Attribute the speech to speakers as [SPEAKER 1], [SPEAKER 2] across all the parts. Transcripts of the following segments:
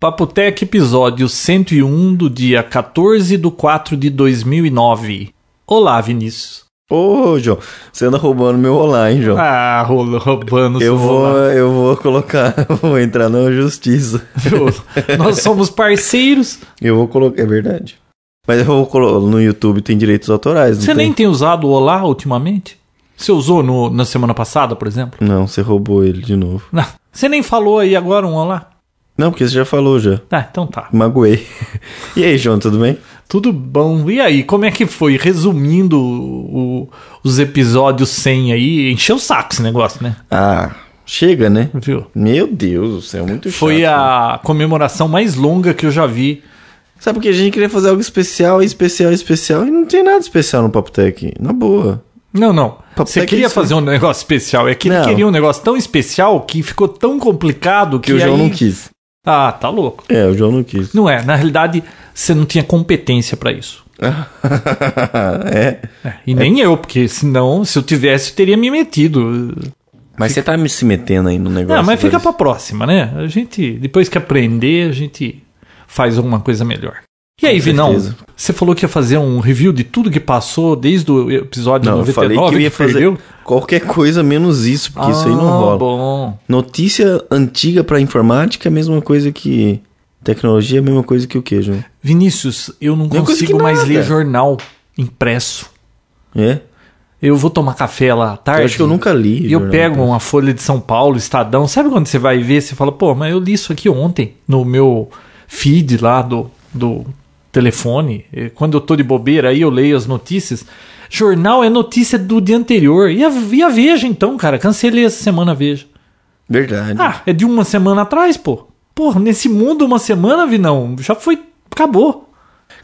[SPEAKER 1] Papotec episódio 101 do dia 14 de 4 de 2009. Olá, Vinícius.
[SPEAKER 2] Ô, João, você anda roubando meu olá, hein, João?
[SPEAKER 1] Ah, rolo- roubando
[SPEAKER 2] eu,
[SPEAKER 1] seu
[SPEAKER 2] vou,
[SPEAKER 1] olá.
[SPEAKER 2] eu vou colocar, vou entrar na justiça.
[SPEAKER 1] Nós somos parceiros.
[SPEAKER 2] Eu vou colocar, é verdade. Mas eu vou colocar, no YouTube tem direitos autorais, não
[SPEAKER 1] Você
[SPEAKER 2] tem?
[SPEAKER 1] nem tem usado o Olá ultimamente? Você usou no- na semana passada, por exemplo?
[SPEAKER 2] Não, você roubou ele de novo.
[SPEAKER 1] Não. Você nem falou aí agora um Olá?
[SPEAKER 2] Não, porque você já falou já.
[SPEAKER 1] Ah, então tá.
[SPEAKER 2] Magoei. E aí, João, tudo bem?
[SPEAKER 1] Tudo bom. E aí, como é que foi? Resumindo o- os episódios 100 aí, encheu o saco esse negócio, né?
[SPEAKER 2] Ah, chega, né?
[SPEAKER 1] Viu?
[SPEAKER 2] Meu Deus do céu, muito chato. né?
[SPEAKER 1] Foi a comemoração mais longa que eu já vi.
[SPEAKER 2] Sabe porque a gente queria fazer algo especial, especial, especial, e não tem nada especial no Papo Tech. Na boa.
[SPEAKER 1] Não, não.
[SPEAKER 2] Papo
[SPEAKER 1] Você
[SPEAKER 2] Tech
[SPEAKER 1] queria
[SPEAKER 2] é isso,
[SPEAKER 1] fazer um negócio especial. É que ele
[SPEAKER 2] Não.
[SPEAKER 1] queria um negócio tão especial que ficou tão complicado que,
[SPEAKER 2] Que o João
[SPEAKER 1] aí...
[SPEAKER 2] não quis.
[SPEAKER 1] Ah, tá louco.
[SPEAKER 2] É, o João não quis.
[SPEAKER 1] Não é. Na realidade, você não tinha competência pra isso.
[SPEAKER 2] é.
[SPEAKER 1] É, E nem eu, porque senão, se eu tivesse, eu teria me metido.
[SPEAKER 2] Mas você tá me se metendo aí no negócio.
[SPEAKER 1] Não, mas fica
[SPEAKER 2] velho.
[SPEAKER 1] pra próxima, né? A gente, depois que aprender, a gente faz alguma coisa melhor. E aí,
[SPEAKER 2] Com
[SPEAKER 1] Vinão,
[SPEAKER 2] certeza.
[SPEAKER 1] você falou que ia fazer um review de tudo que passou desde o episódio
[SPEAKER 2] Não, eu
[SPEAKER 1] 99
[SPEAKER 2] falei que eu ia
[SPEAKER 1] tu
[SPEAKER 2] fazer
[SPEAKER 1] perdeu?
[SPEAKER 2] qualquer coisa menos isso, porque isso aí não
[SPEAKER 1] Ah,
[SPEAKER 2] rola.
[SPEAKER 1] bom.
[SPEAKER 2] Notícia antiga pra informática é a mesma coisa que tecnologia, é a mesma coisa que o que, João?
[SPEAKER 1] Vinícius, eu não
[SPEAKER 2] Mesma coisa que
[SPEAKER 1] consigo mais
[SPEAKER 2] nada.
[SPEAKER 1] ler jornal impresso.
[SPEAKER 2] É?
[SPEAKER 1] Eu vou tomar café lá à tarde.
[SPEAKER 2] Eu acho que eu nunca li.
[SPEAKER 1] E eu
[SPEAKER 2] jornal.
[SPEAKER 1] pego uma folha de São Paulo, Estadão. Sabe quando você vai ver, você fala, pô, mas eu li isso aqui ontem no meu feed lá do, do telefone. Eh, Quando eu tô de bobeira, aí eu leio as notícias. Jornal é notícia do dia anterior. E a, e a Veja, então, cara. Cancelei essa semana a Veja.
[SPEAKER 2] Verdade.
[SPEAKER 1] Ah, é de uma semana atrás, pô. Porra, nesse mundo, uma semana, Vinão, já foi. Acabou.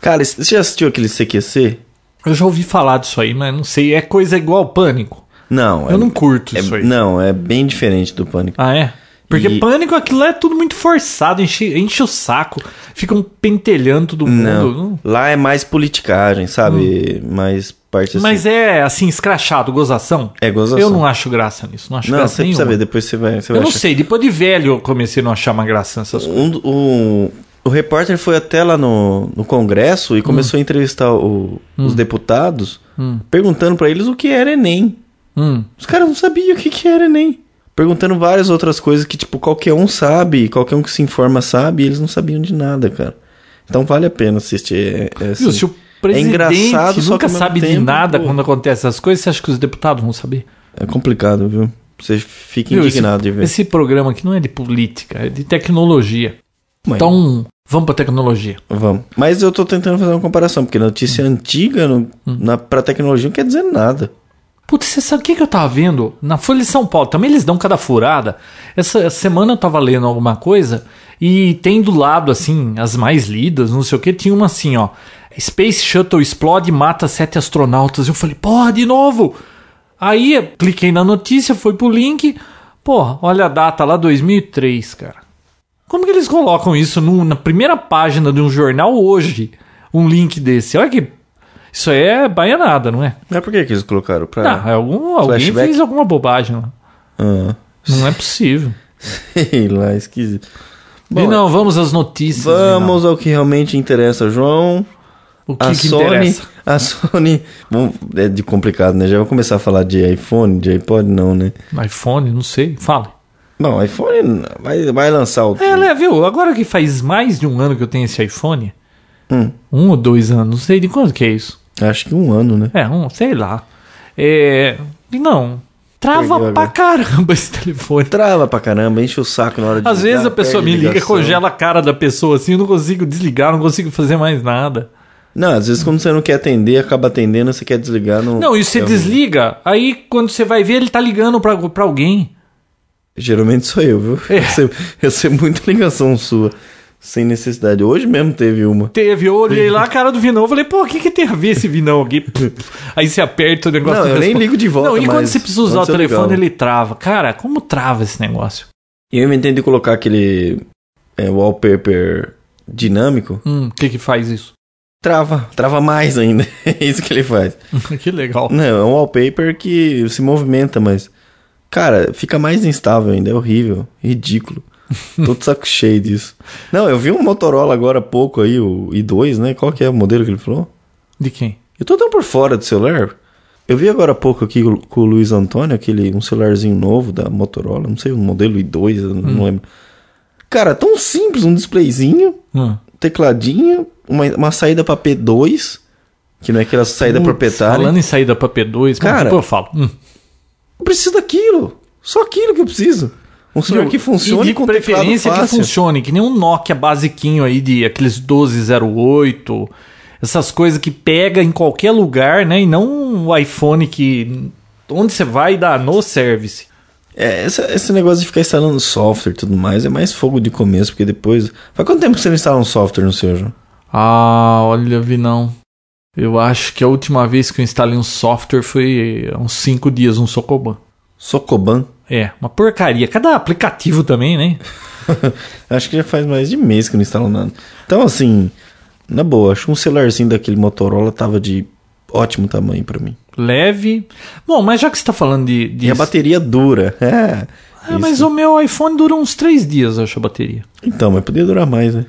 [SPEAKER 2] Cara, você já assistiu aquele CQC?
[SPEAKER 1] Eu já ouvi falar disso aí, mas não sei. É coisa igual pânico.
[SPEAKER 2] Não. é-
[SPEAKER 1] Eu não curto
[SPEAKER 2] é,
[SPEAKER 1] isso aí.
[SPEAKER 2] Não, é bem diferente do Pânico.
[SPEAKER 1] Ah, é? Porque
[SPEAKER 2] E-
[SPEAKER 1] pânico aquilo lá é tudo muito forçado, enche, enche o saco. Ficam pentelhando todo
[SPEAKER 2] não.
[SPEAKER 1] mundo. Hum.
[SPEAKER 2] Lá é mais politicagem, sabe? Mais parte assim.
[SPEAKER 1] Mas é assim, escrachado, gozação.
[SPEAKER 2] É gozação.
[SPEAKER 1] Eu não acho graça nisso, não acho
[SPEAKER 2] Não,
[SPEAKER 1] graça
[SPEAKER 2] você precisa
[SPEAKER 1] nenhuma.
[SPEAKER 2] ver, depois você vai, você
[SPEAKER 1] eu
[SPEAKER 2] vai
[SPEAKER 1] não
[SPEAKER 2] achar.
[SPEAKER 1] sei, depois de velho eu comecei a não achar uma graça nessas coisas.
[SPEAKER 2] Um do- o- o repórter foi até lá no, no Congresso e começou a entrevistar o-
[SPEAKER 1] Hum.
[SPEAKER 2] os deputados, perguntando pra eles o que era Enem.
[SPEAKER 1] Hum.
[SPEAKER 2] Os caras não sabiam o que, que era Enem. Perguntando várias outras coisas que, tipo, qualquer um sabe, qualquer um que se informa sabe, e eles não sabiam de nada, cara. Então vale a pena assistir. É, é assim.
[SPEAKER 1] Viu, se o presidente
[SPEAKER 2] engraçado, só
[SPEAKER 1] nunca
[SPEAKER 2] que ao mesmo
[SPEAKER 1] sabe de
[SPEAKER 2] tempo,
[SPEAKER 1] nada
[SPEAKER 2] pô.
[SPEAKER 1] quando acontecem essas coisas, você acha que os deputados vão saber?
[SPEAKER 2] É complicado, viu? Você fica
[SPEAKER 1] Viu,
[SPEAKER 2] indignado
[SPEAKER 1] esse,
[SPEAKER 2] de ver.
[SPEAKER 1] esse programa aqui não é de política, é de tecnologia.
[SPEAKER 2] Mas-
[SPEAKER 1] Então, vamos pra tecnologia.
[SPEAKER 2] Vamos. Mas eu tô tentando fazer uma comparação, porque
[SPEAKER 1] Hum.
[SPEAKER 2] notícia antiga no, na, pra tecnologia não quer dizer nada.
[SPEAKER 1] Putz, você sabe o que, que eu tava vendo? Na Folha de São Paulo, também eles dão cada furada. Essa essa semana eu tava lendo alguma coisa e tem do lado, assim, as mais lidas, não sei o que, tinha uma assim, ó. Space Shuttle explode e mata sete astronautas. Eu falei, porra, de novo! Aí eu cliquei na notícia, fui pro link. Porra, olha a data lá, 2003, cara. Como que eles colocam isso no- na primeira página de um jornal hoje? Um link desse? Olha que. Isso aí é baianada, não é?
[SPEAKER 2] Mas por que, que eles colocaram? Pra...
[SPEAKER 1] Não, Ah, é algum, alguém
[SPEAKER 2] Tá. Flashback?
[SPEAKER 1] fez alguma bobagem lá.
[SPEAKER 2] Ah,
[SPEAKER 1] Não é possível.
[SPEAKER 2] sei lá, esquisito.
[SPEAKER 1] e não, vamos às notícias. Vinão.
[SPEAKER 2] Vamos ao que realmente interessa, João.
[SPEAKER 1] O que,
[SPEAKER 2] a
[SPEAKER 1] que
[SPEAKER 2] Sony,
[SPEAKER 1] interessa?
[SPEAKER 2] a Sony, Bom, é de complicado, né? Já vou começar a falar de iPhone, de iPod não, né?
[SPEAKER 1] iPhone, não sei. Fala.
[SPEAKER 2] Não, iPhone vai, vai lançar o
[SPEAKER 1] É, né, viu? Agora que faz mais de um ano que eu tenho esse iPhone.
[SPEAKER 2] Hum.
[SPEAKER 1] Um ou dois anos, não sei de quanto que é isso.
[SPEAKER 2] acho que um ano, né?
[SPEAKER 1] É, um, sei lá. É. E não. Trava
[SPEAKER 2] Perdeu
[SPEAKER 1] pra
[SPEAKER 2] agora.
[SPEAKER 1] caramba esse telefone.
[SPEAKER 2] Trava pra caramba, enche o saco na hora de
[SPEAKER 1] Às
[SPEAKER 2] ligar,
[SPEAKER 1] vezes a pessoa me
[SPEAKER 2] perde
[SPEAKER 1] liga,
[SPEAKER 2] Tá, ligação.
[SPEAKER 1] congela a cara da pessoa assim, eu não consigo desligar, não consigo fazer mais nada.
[SPEAKER 2] Não, às vezes quando você não quer atender, acaba atendendo, você quer desligar. Não, é um
[SPEAKER 1] Não, e você
[SPEAKER 2] Eu-
[SPEAKER 1] desliga, aí quando você vai ver, ele tá ligando pra, pra alguém.
[SPEAKER 2] Geralmente sou eu, viu?
[SPEAKER 1] É.
[SPEAKER 2] Eu, recebo, recebo muita ligação sua, sem necessidade. Hoje mesmo teve uma.
[SPEAKER 1] Teve, eu olhei lá a cara do Vinão, falei, pô, o que, que tem a ver esse Vinão aqui? Aí você aperta o negócio.
[SPEAKER 2] Não,
[SPEAKER 1] e
[SPEAKER 2] eu nem
[SPEAKER 1] responde.
[SPEAKER 2] ligo de volta,
[SPEAKER 1] Não, e quando
[SPEAKER 2] mas
[SPEAKER 1] você precisa usar o
[SPEAKER 2] antes eu
[SPEAKER 1] telefone,
[SPEAKER 2] ligava.
[SPEAKER 1] ele trava. Cara, como trava esse negócio?
[SPEAKER 2] E eu inventei de colocar aquele é, wallpaper dinâmico.
[SPEAKER 1] Hum, o que que faz isso?
[SPEAKER 2] Trava, trava mais ainda. É isso que ele faz.
[SPEAKER 1] que legal.
[SPEAKER 2] Não, é um wallpaper que se movimenta, mas. Cara, fica mais instável ainda, é horrível, ridículo. Tô de saco cheio disso. Não, eu vi um Motorola agora há pouco aí, o i2, né? Qual que é o modelo que ele falou?
[SPEAKER 1] De quem?
[SPEAKER 2] Eu tô tão por fora do celular. Eu vi agora há pouco aqui com o Luiz Antônio, aquele um celularzinho novo da Motorola, não sei, um modelo i2, eu não lembro. Cara, tão simples, um displayzinho,
[SPEAKER 1] Hum.
[SPEAKER 2] tecladinho, uma, uma saída pra P2, que não é aquela saída
[SPEAKER 1] Putz,
[SPEAKER 2] proprietária.
[SPEAKER 1] Falando em saída pra P2,
[SPEAKER 2] Cara,
[SPEAKER 1] cara, depois eu falo. Hum.
[SPEAKER 2] Eu preciso daquilo. Só aquilo que eu preciso. Um celular que funcione
[SPEAKER 1] e de
[SPEAKER 2] com teclado
[SPEAKER 1] preferência que
[SPEAKER 2] fácil.
[SPEAKER 1] funcione, que nem um Nokia basiquinho aí de aqueles 1208, essas coisas que pega em qualquer lugar, né? E não o iPhone que onde você vai dá no service.
[SPEAKER 2] É, essa- esse, negócio de ficar instalando software e tudo mais é mais fogo de começo, porque depois... Faz quanto tempo que você não instala um software no seu, João?
[SPEAKER 1] Ah, olha, vi não. Eu acho que a última vez que eu instalei um software foi há uns 5 dias, um Socoban.
[SPEAKER 2] Socoban?
[SPEAKER 1] É, uma porcaria. Cada aplicativo também, né?
[SPEAKER 2] Acho que já faz mais de mês que eu não instalo nada. Então, assim, na boa, acho que um celularzinho daquele Motorola tava de ótimo tamanho pra mim.
[SPEAKER 1] Leve. Bom, mas já que você tá falando de. de
[SPEAKER 2] E a bateria dura. É.
[SPEAKER 1] Ah, mas o meu iPhone dura uns 3 dias, eu acho, a bateria.
[SPEAKER 2] Então, mas podia durar mais, né?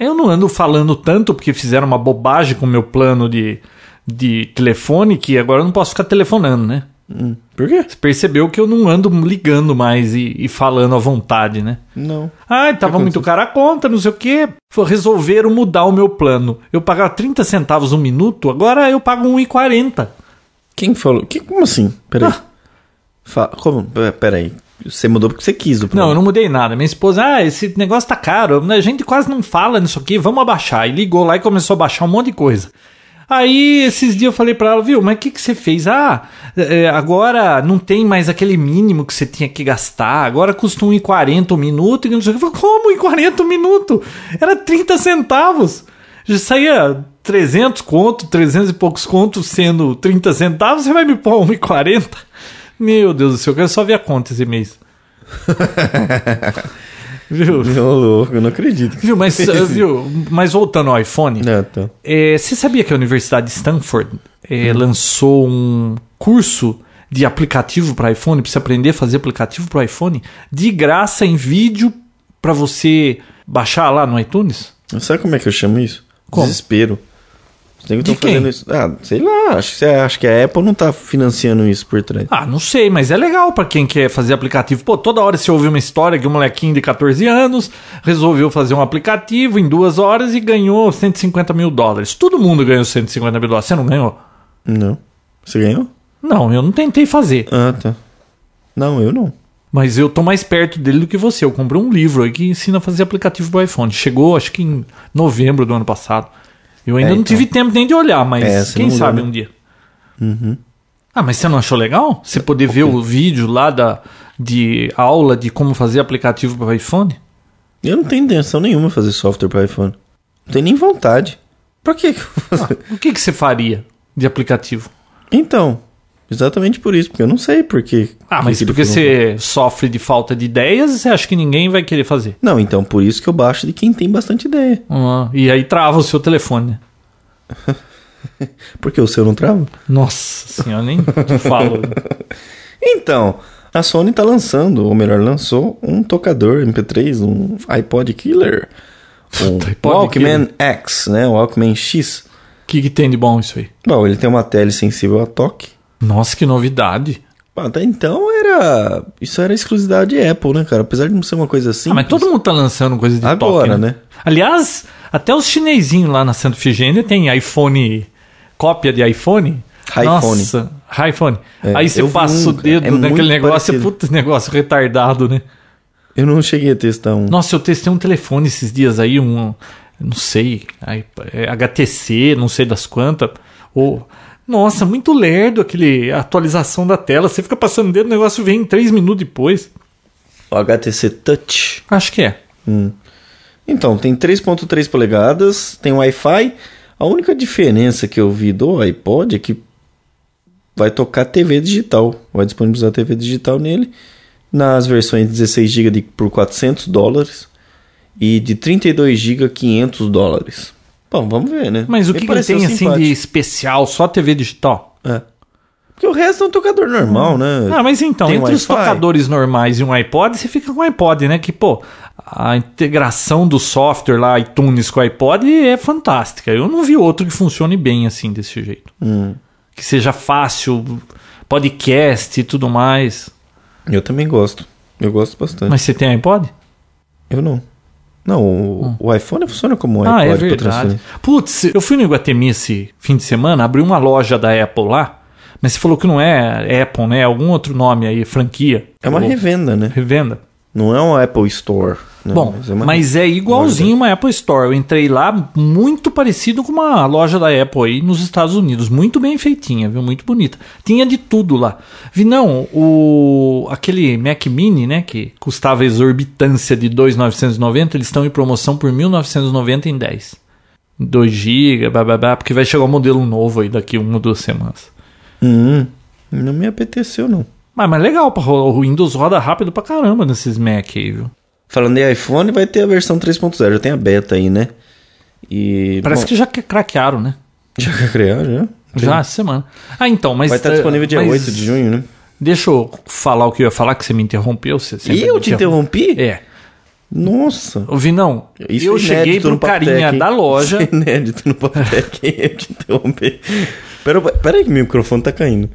[SPEAKER 1] Eu não ando falando tanto porque fizeram uma bobagem com o meu plano de, de telefone que agora eu não posso ficar telefonando, né?
[SPEAKER 2] Hum, Por quê?
[SPEAKER 1] Você percebeu que eu não ando ligando mais e, e falando à vontade, né?
[SPEAKER 2] Não.
[SPEAKER 1] Ah, tava muito cara a conta, não sei o quê. Foi- Resolveram mudar o meu plano. Eu pagava 30 centavos um minuto, agora eu pago 1,40.
[SPEAKER 2] Quem falou? Que, como assim? Peraí.
[SPEAKER 1] Ah.
[SPEAKER 2] Fa- Como? Pe- Peraí. Você mudou porque você quis o
[SPEAKER 1] Não, eu não mudei nada. Minha esposa, ah, esse negócio tá caro, a gente quase não fala nisso aqui, vamos abaixar. E ligou lá e começou a baixar um monte de coisa. Aí, esses dias eu falei pra ela, viu, mas o que, que você fez? Ah, é, agora não tem mais aquele mínimo que você tinha que gastar, agora custa 1,40 o minuto e não sei o que. Eu falei, como 1,40 o minuto? Era 30 centavos. Já saía 300 conto, 300 e poucos contos sendo 30 centavos, você vai me pôr 1,40? Meu Deus do céu, eu quero só ver a conta esse mês. viu?
[SPEAKER 2] Não, louco, eu não acredito.
[SPEAKER 1] Viu, mas, viu, mas voltando ao iPhone,
[SPEAKER 2] Não, então.
[SPEAKER 1] é, você sabia que a Universidade de Stanford é, lançou um curso de aplicativo para iPhone, para você aprender a fazer aplicativo para iPhone, de graça em vídeo para você baixar lá no iTunes?
[SPEAKER 2] Sabe como é que eu chamo isso?
[SPEAKER 1] Como?
[SPEAKER 2] Desespero. Os negros
[SPEAKER 1] De
[SPEAKER 2] estão fazendo
[SPEAKER 1] quem?
[SPEAKER 2] isso. Ah, sei lá. Acho que, você- acho que a Apple não tá financiando isso por trás.
[SPEAKER 1] Ah, não sei, mas é legal pra quem quer fazer aplicativo. Pô, toda hora você ouve uma história que um molequinho de 14 anos resolveu fazer um aplicativo em duas horas e ganhou 150 mil dólares. Todo mundo ganhou 150 mil dólares. Você não ganhou?
[SPEAKER 2] Não. Você ganhou?
[SPEAKER 1] Não, eu não tentei fazer.
[SPEAKER 2] Ah, tá. Não, eu não.
[SPEAKER 1] Mas eu tô mais perto dele do que você. Eu comprei um livro aí que ensina a fazer aplicativo pro iPhone. Chegou, acho que em novembro do ano passado. Eu ainda
[SPEAKER 2] É,
[SPEAKER 1] não
[SPEAKER 2] então.
[SPEAKER 1] tive tempo nem de olhar, mas
[SPEAKER 2] É, você
[SPEAKER 1] quem
[SPEAKER 2] não olhou,
[SPEAKER 1] sabe
[SPEAKER 2] né? Uhum.
[SPEAKER 1] um dia. Ah, mas você não achou legal?
[SPEAKER 2] É,
[SPEAKER 1] Você poder ver o vídeo lá da, de aula de como fazer aplicativo pro iPhone?
[SPEAKER 2] Eu não tenho intenção nenhuma de fazer software para iPhone. Não tenho nem vontade. Pra quê que eu vou fazer?
[SPEAKER 1] O que, que você faria de aplicativo?
[SPEAKER 2] Então, exatamente por isso, porque eu não sei por quê.
[SPEAKER 1] Ah,
[SPEAKER 2] que
[SPEAKER 1] mas
[SPEAKER 2] que ele
[SPEAKER 1] porque
[SPEAKER 2] falou.
[SPEAKER 1] você sofre de falta de ideias e você acha que ninguém vai querer fazer.
[SPEAKER 2] Não, então por isso que eu baixo de quem tem bastante ideia.
[SPEAKER 1] Ah, e aí trava o seu telefone. né?
[SPEAKER 2] Porque o seu não trava?
[SPEAKER 1] Nossa senhora, nem falo.
[SPEAKER 2] Então, a Sony tá lançando, ou melhor, lançou um tocador MP3, um iPod Killer. Um
[SPEAKER 1] iPod
[SPEAKER 2] Walkman X, né? O Walkman X.
[SPEAKER 1] O que, que tem de bom isso aí?
[SPEAKER 2] Bom, ele tem uma tele sensível a toque.
[SPEAKER 1] Nossa, que novidade.
[SPEAKER 2] Bom, até então era. Isso era exclusividade Apple, né, cara? Apesar de não ser uma coisa assim.
[SPEAKER 1] Ah, mas todo mundo tá lançando coisa de
[SPEAKER 2] Agora,
[SPEAKER 1] toque,
[SPEAKER 2] né?
[SPEAKER 1] Aliás, até os chinesinhos lá na Santa Figênia tem iPhone, cópia de iPhone.
[SPEAKER 2] iPhone.
[SPEAKER 1] Nossa, iPhone.
[SPEAKER 2] É,
[SPEAKER 1] Aí você
[SPEAKER 2] eu vi
[SPEAKER 1] passa
[SPEAKER 2] um,
[SPEAKER 1] o
[SPEAKER 2] cara.
[SPEAKER 1] dedo
[SPEAKER 2] É
[SPEAKER 1] naquele
[SPEAKER 2] muito
[SPEAKER 1] negócio, é
[SPEAKER 2] parecido.
[SPEAKER 1] puta negócio retardado, né?
[SPEAKER 2] Eu não cheguei a testar um.
[SPEAKER 1] Nossa, eu testei um telefone esses dias aí, um. Não sei, aí, é, HTC, não sei das quantas. Ou. Nossa, muito lerdo aquele a atualização da tela. Você fica passando o dedo, o negócio vem em 3 minutos depois.
[SPEAKER 2] O HTC Touch.
[SPEAKER 1] Acho que é.
[SPEAKER 2] Então, tem 3.3 polegadas, tem Wi-Fi. A única diferença que eu vi do iPod é que vai tocar TV digital. Vai disponibilizar TV digital nele. Nas versões 16 GB de- por 400 dólares e de 32 GB 500 dólares. Bom, vamos ver, né?
[SPEAKER 1] Mas o
[SPEAKER 2] Me
[SPEAKER 1] que, que ele
[SPEAKER 2] pareceu
[SPEAKER 1] tem assim de
[SPEAKER 2] simpático.
[SPEAKER 1] especial? Só TV digital?
[SPEAKER 2] É. Porque o resto é um tocador normal, né?
[SPEAKER 1] Ah, mas então,
[SPEAKER 2] Tem
[SPEAKER 1] entre os
[SPEAKER 2] Wi-Fi?
[SPEAKER 1] tocadores normais e um iPod, você fica com o iPod, né? Que, pô, a integração do software lá, iTunes com o iPod é fantástica. Eu não vi outro que funcione bem assim, desse jeito.
[SPEAKER 2] Hum.
[SPEAKER 1] Que seja fácil, podcast e tudo mais.
[SPEAKER 2] Eu também gosto. Eu gosto bastante.
[SPEAKER 1] Mas você tem iPod?
[SPEAKER 2] Eu não. Não, o, o iPhone funciona como um
[SPEAKER 1] ah, é
[SPEAKER 2] iPod pra
[SPEAKER 1] verdade.
[SPEAKER 2] transferir.
[SPEAKER 1] Putz, eu fui no Iguatemi esse fim de semana, abri uma loja da Apple lá, mas você falou que não é Apple, né? É algum outro nome aí, franquia.
[SPEAKER 2] É uma
[SPEAKER 1] Ou-
[SPEAKER 2] revenda, né?
[SPEAKER 1] revenda.
[SPEAKER 2] Não é um Apple Store. né?
[SPEAKER 1] Bom, mas é,
[SPEAKER 2] uma-
[SPEAKER 1] igualzinho uma Apple Store. Eu entrei lá muito parecido com uma loja da Apple aí nos Estados Unidos. Muito bem feitinha, viu? Muito bonita. Tinha de tudo lá. Vi, não, o, aquele Mac Mini, né? Que custava exorbitância de 2,990, eles estão em promoção por 1,990 em 10. 2 GB, blá, blá, blá, porque vai chegar um modelo novo aí daqui uma ou duas semanas.
[SPEAKER 2] Hum, não me apeteceu, não.
[SPEAKER 1] Mas, mas legal, porra, o Windows roda rápido pra caramba nesses Mac aí, viu?
[SPEAKER 2] Falando em iPhone, vai ter a versão 3.0. Já tem a beta aí, né? E.
[SPEAKER 1] Parece
[SPEAKER 2] bom,
[SPEAKER 1] que já que- craquearam, né?
[SPEAKER 2] Já quer criar, já?
[SPEAKER 1] Já essa semana. Ah, então, mas.
[SPEAKER 2] Vai estar disponível dia
[SPEAKER 1] mas
[SPEAKER 2] 8 de junho, né?
[SPEAKER 1] Deixa eu falar o que eu ia falar, que você me interrompeu. Você sempre
[SPEAKER 2] E eu te
[SPEAKER 1] me interrompe.
[SPEAKER 2] interrompi?
[SPEAKER 1] É.
[SPEAKER 2] Nossa.
[SPEAKER 1] Ô, Vinão,
[SPEAKER 2] Isso
[SPEAKER 1] eu
[SPEAKER 2] é
[SPEAKER 1] cheguei
[SPEAKER 2] inédito
[SPEAKER 1] pro
[SPEAKER 2] no Papotec,
[SPEAKER 1] carinha
[SPEAKER 2] hein?
[SPEAKER 1] da loja.
[SPEAKER 2] Isso é inédito no Papotec, hein? eu te interrompi. Pera, pera aí que meu microfone tá caindo.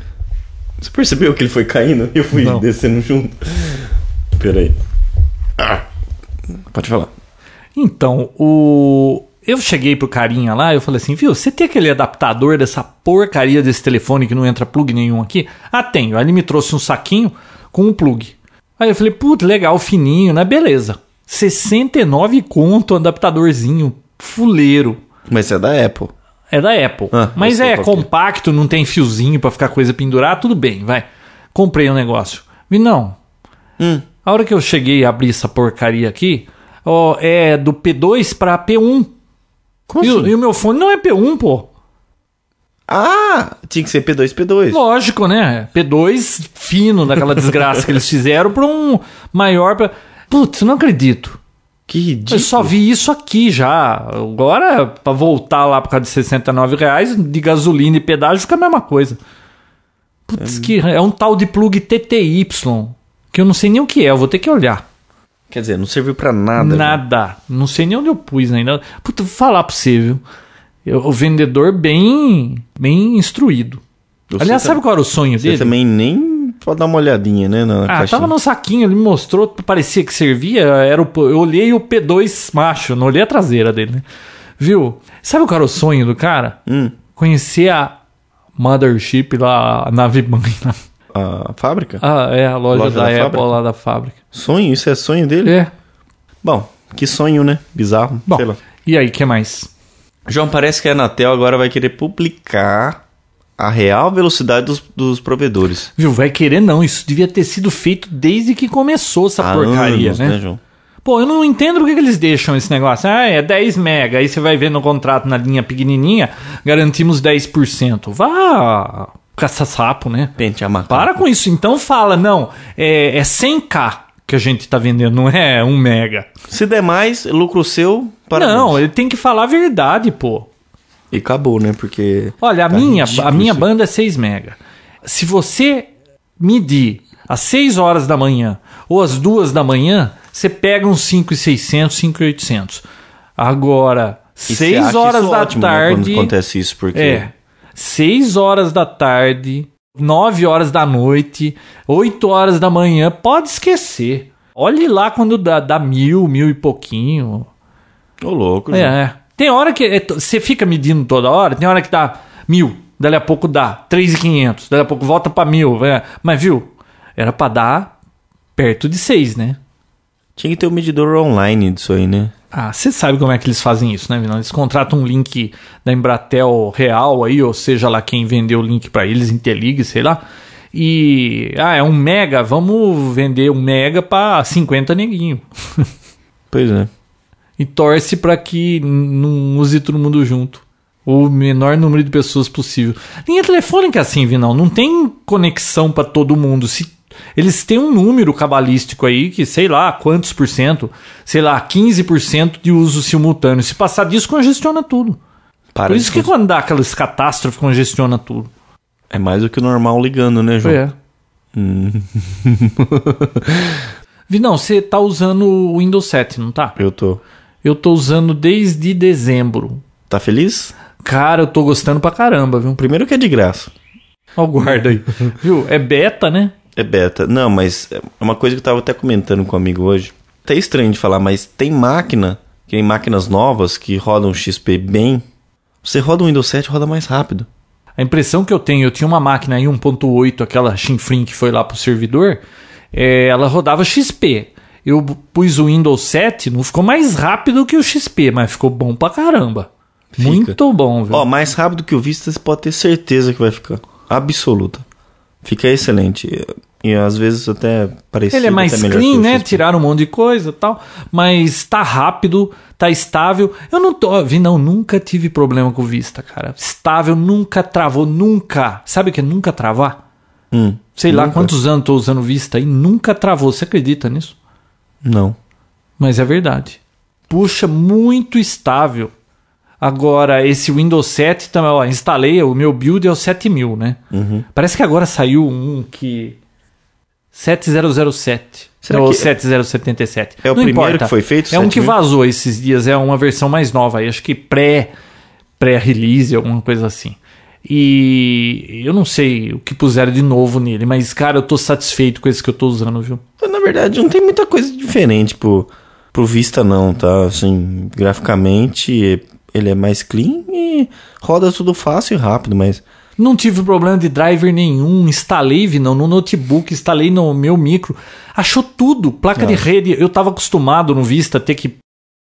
[SPEAKER 2] Você percebeu que ele foi caindo? Eu fui
[SPEAKER 1] Não.
[SPEAKER 2] descendo junto. Pera aí. Ah. Pode falar.
[SPEAKER 1] Então, o. Eu cheguei pro carinha lá, eu falei assim, viu, você tem aquele adaptador dessa porcaria desse telefone que não entra plug nenhum aqui? Ah, tenho. Aí ele me trouxe um saquinho com um plug. Aí eu falei, puta, legal, fininho, né? Beleza. 69 conto, adaptadorzinho, fuleiro.
[SPEAKER 2] Mas é da Apple.
[SPEAKER 1] É da Apple.
[SPEAKER 2] Ah, eu
[SPEAKER 1] Mas
[SPEAKER 2] sei
[SPEAKER 1] é
[SPEAKER 2] qual que é.
[SPEAKER 1] compacto, não tem fiozinho pra ficar coisa pendurada, tudo bem, vai. Comprei o negócio. Vi, não.
[SPEAKER 2] Hum.
[SPEAKER 1] A hora que eu cheguei e abri essa porcaria aqui, ó, é do P2 pra P1.
[SPEAKER 2] Como assim?
[SPEAKER 1] E, o- e o meu fone não é P1, pô.
[SPEAKER 2] Ah! Tinha que ser P2, P2.
[SPEAKER 1] Lógico, né? P2 fino daquela desgraça que eles fizeram pra um maior. Pra... Putz, não acredito.
[SPEAKER 2] Que ridículo.
[SPEAKER 1] Eu só vi isso aqui já. Agora, pra voltar lá por causa de 69 reais de gasolina e pedágio, fica a mesma coisa. Putz, que é um tal de plug TTY, que eu não sei nem o que é, eu vou ter que olhar.
[SPEAKER 2] Quer dizer, não serviu pra nada. né?
[SPEAKER 1] Nada. Não sei nem onde eu pus ainda. Puta, vou falar pra você, viu? Eu- o vendedor bem, bem instruído.
[SPEAKER 2] Você
[SPEAKER 1] Aliás,
[SPEAKER 2] tá-
[SPEAKER 1] sabe qual era o sonho
[SPEAKER 2] Você
[SPEAKER 1] dele?
[SPEAKER 2] também nem pode dar uma olhadinha, né? Na
[SPEAKER 1] Ah,
[SPEAKER 2] caixinha.
[SPEAKER 1] tava no saquinho, ele me mostrou, parecia que servia, era o, eu olhei o P2 macho, não olhei a traseira dele, né? Viu? Sabe qual era o sonho do cara?
[SPEAKER 2] Hum.
[SPEAKER 1] Conhecer a Mothership lá, a nave mãe, lá.
[SPEAKER 2] A fábrica?
[SPEAKER 1] Ah, é, a loja,
[SPEAKER 2] Loja
[SPEAKER 1] da,
[SPEAKER 2] da
[SPEAKER 1] Apple
[SPEAKER 2] fábrica?
[SPEAKER 1] lá da fábrica.
[SPEAKER 2] Sonho? Isso é sonho dele?
[SPEAKER 1] É,
[SPEAKER 2] Bom, que sonho, né? Bizarro.
[SPEAKER 1] bom,
[SPEAKER 2] Sei lá.
[SPEAKER 1] e aí, que mais?
[SPEAKER 2] João, parece que a Anatel agora vai querer publicar a real velocidade dos, dos provedores.
[SPEAKER 1] Viu, vai querer não, isso devia ter sido feito desde que começou essa
[SPEAKER 2] Há
[SPEAKER 1] porcaria,
[SPEAKER 2] anos,
[SPEAKER 1] né?
[SPEAKER 2] João?
[SPEAKER 1] Pô, eu não entendo porque que eles deixam esse negócio. Ah, é 10 mega, aí você vai ver no contrato na linha pequenininha, garantimos 10%. Vá, caça-sapo, né?
[SPEAKER 2] Pente a macaco.
[SPEAKER 1] Para com isso. Então fala, não, é, é 100k que a gente tá vendendo, não é 1 mega.
[SPEAKER 2] Se der mais, lucro seu, para
[SPEAKER 1] não, ele tem que falar a verdade, pô.
[SPEAKER 2] E acabou, né? Porque...
[SPEAKER 1] Olha, a
[SPEAKER 2] tá
[SPEAKER 1] minha,
[SPEAKER 2] ridículo
[SPEAKER 1] a minha
[SPEAKER 2] isso.
[SPEAKER 1] banda é 6 mega. Se você medir às 6 horas da manhã ou às 2 da manhã, você pega uns 5,600, 5,800. Agora,
[SPEAKER 2] E você acha
[SPEAKER 1] 6
[SPEAKER 2] isso
[SPEAKER 1] horas da
[SPEAKER 2] ótimo, né,
[SPEAKER 1] tarde.
[SPEAKER 2] quando acontece isso, porque...
[SPEAKER 1] É. 6 horas da tarde, 9 horas da noite, 8 horas da manhã, pode esquecer. Olhe lá quando dá, dá mil, mil e pouquinho.
[SPEAKER 2] Ô, louco,
[SPEAKER 1] É,
[SPEAKER 2] João.
[SPEAKER 1] é. Tem hora que é to- você fica medindo toda hora, tem hora que dá mil, Dali a pouco dá 3,500. Dali a pouco volta pra mil. é. Mas viu? Era pra dar perto de 6, né?
[SPEAKER 2] Tinha que ter um medidor online disso aí, né?
[SPEAKER 1] Ah, você sabe como é que eles fazem isso, né, Vinão? Eles contratam um link da Embratel real aí, ou seja lá quem vendeu o link pra eles, Interligue, sei lá. E, ah, é um mega, vamos vender um mega pra 50 neguinho.
[SPEAKER 2] Pois é.
[SPEAKER 1] E torce pra que n- não use todo mundo junto. O menor número de pessoas possível. Linha telefônica é assim, Vinão. Não tem conexão pra todo mundo. Se eles têm um número cabalístico aí que sei lá quantos por cento, sei lá, 15% de uso simultâneo. Se passar disso, congestiona tudo.
[SPEAKER 2] Para
[SPEAKER 1] Por isso
[SPEAKER 2] de-
[SPEAKER 1] que quando dá aquelas catástrofes, congestiona tudo.
[SPEAKER 2] É mais do que o normal ligando, né, João?
[SPEAKER 1] É. Vinão, você tá usando o Windows 7, não tá?
[SPEAKER 2] Eu tô.
[SPEAKER 1] Eu tô usando desde dezembro.
[SPEAKER 2] Tá feliz?
[SPEAKER 1] Cara, eu tô gostando pra caramba, viu?
[SPEAKER 2] Primeiro que é de graça.
[SPEAKER 1] Ó, o guarda aí. Viu? É beta, né?
[SPEAKER 2] É beta. Não, mas é uma coisa que eu tava até comentando com um amigo hoje. Até estranho de falar, mas tem máquina, que tem máquinas novas que rodam XP bem. Você roda o Windows 7, roda mais rápido.
[SPEAKER 1] A impressão que eu tenho, eu tinha uma máquina aí 1.8, aquela Shinfrim que foi lá pro servidor, é, ela rodava XP. Eu b- pus o Windows 7, não ficou mais rápido que o XP, mas ficou bom pra caramba.
[SPEAKER 2] Fica.
[SPEAKER 1] Muito bom, viu?
[SPEAKER 2] Ó, mais rápido que o Vista, você pode ter certeza que vai ficar. Absoluta. Fica excelente. E, e às vezes até parecido.
[SPEAKER 1] Ele é mais
[SPEAKER 2] até melhor
[SPEAKER 1] clean,
[SPEAKER 2] que o
[SPEAKER 1] né?
[SPEAKER 2] XP.
[SPEAKER 1] Tiraram um monte de coisa e tal. Mas tá rápido, tá estável. Eu não tô. Vi, não, nunca tive problema com Vista, cara. Estável, nunca travou, nunca. Sabe o que é nunca travar?
[SPEAKER 2] Hum,
[SPEAKER 1] Sei lá quantos anos tô usando Vista e nunca travou. Você acredita nisso?
[SPEAKER 2] Não.
[SPEAKER 1] Mas é verdade. Puxa, muito estável. Agora, esse Windows 7 também, ó, instalei, o meu build é o 7000, né?
[SPEAKER 2] Uhum.
[SPEAKER 1] Parece que agora saiu um que. 7007.
[SPEAKER 2] Será
[SPEAKER 1] ou
[SPEAKER 2] que-
[SPEAKER 1] 7077.
[SPEAKER 2] É o
[SPEAKER 1] Não
[SPEAKER 2] primeiro
[SPEAKER 1] importa.
[SPEAKER 2] que foi feito,
[SPEAKER 1] É um que
[SPEAKER 2] 7000?
[SPEAKER 1] vazou esses dias, é uma versão mais nova, aí, acho que pré pré-release, alguma coisa assim. E eu não sei o que puseram de novo nele, mas cara, eu tô satisfeito com esse que eu tô usando, viu?
[SPEAKER 2] Mas, Então, Na verdade, não tem muita coisa diferente pro, pro Vista, não, tá? Assim, graficamente, ele é mais clean e roda tudo fácil e rápido, mas.
[SPEAKER 1] Não tive problema de driver nenhum, instalei não, no notebook, instalei no meu micro. Achou tudo, placa de rede. Eu estava acostumado no Vista a ter que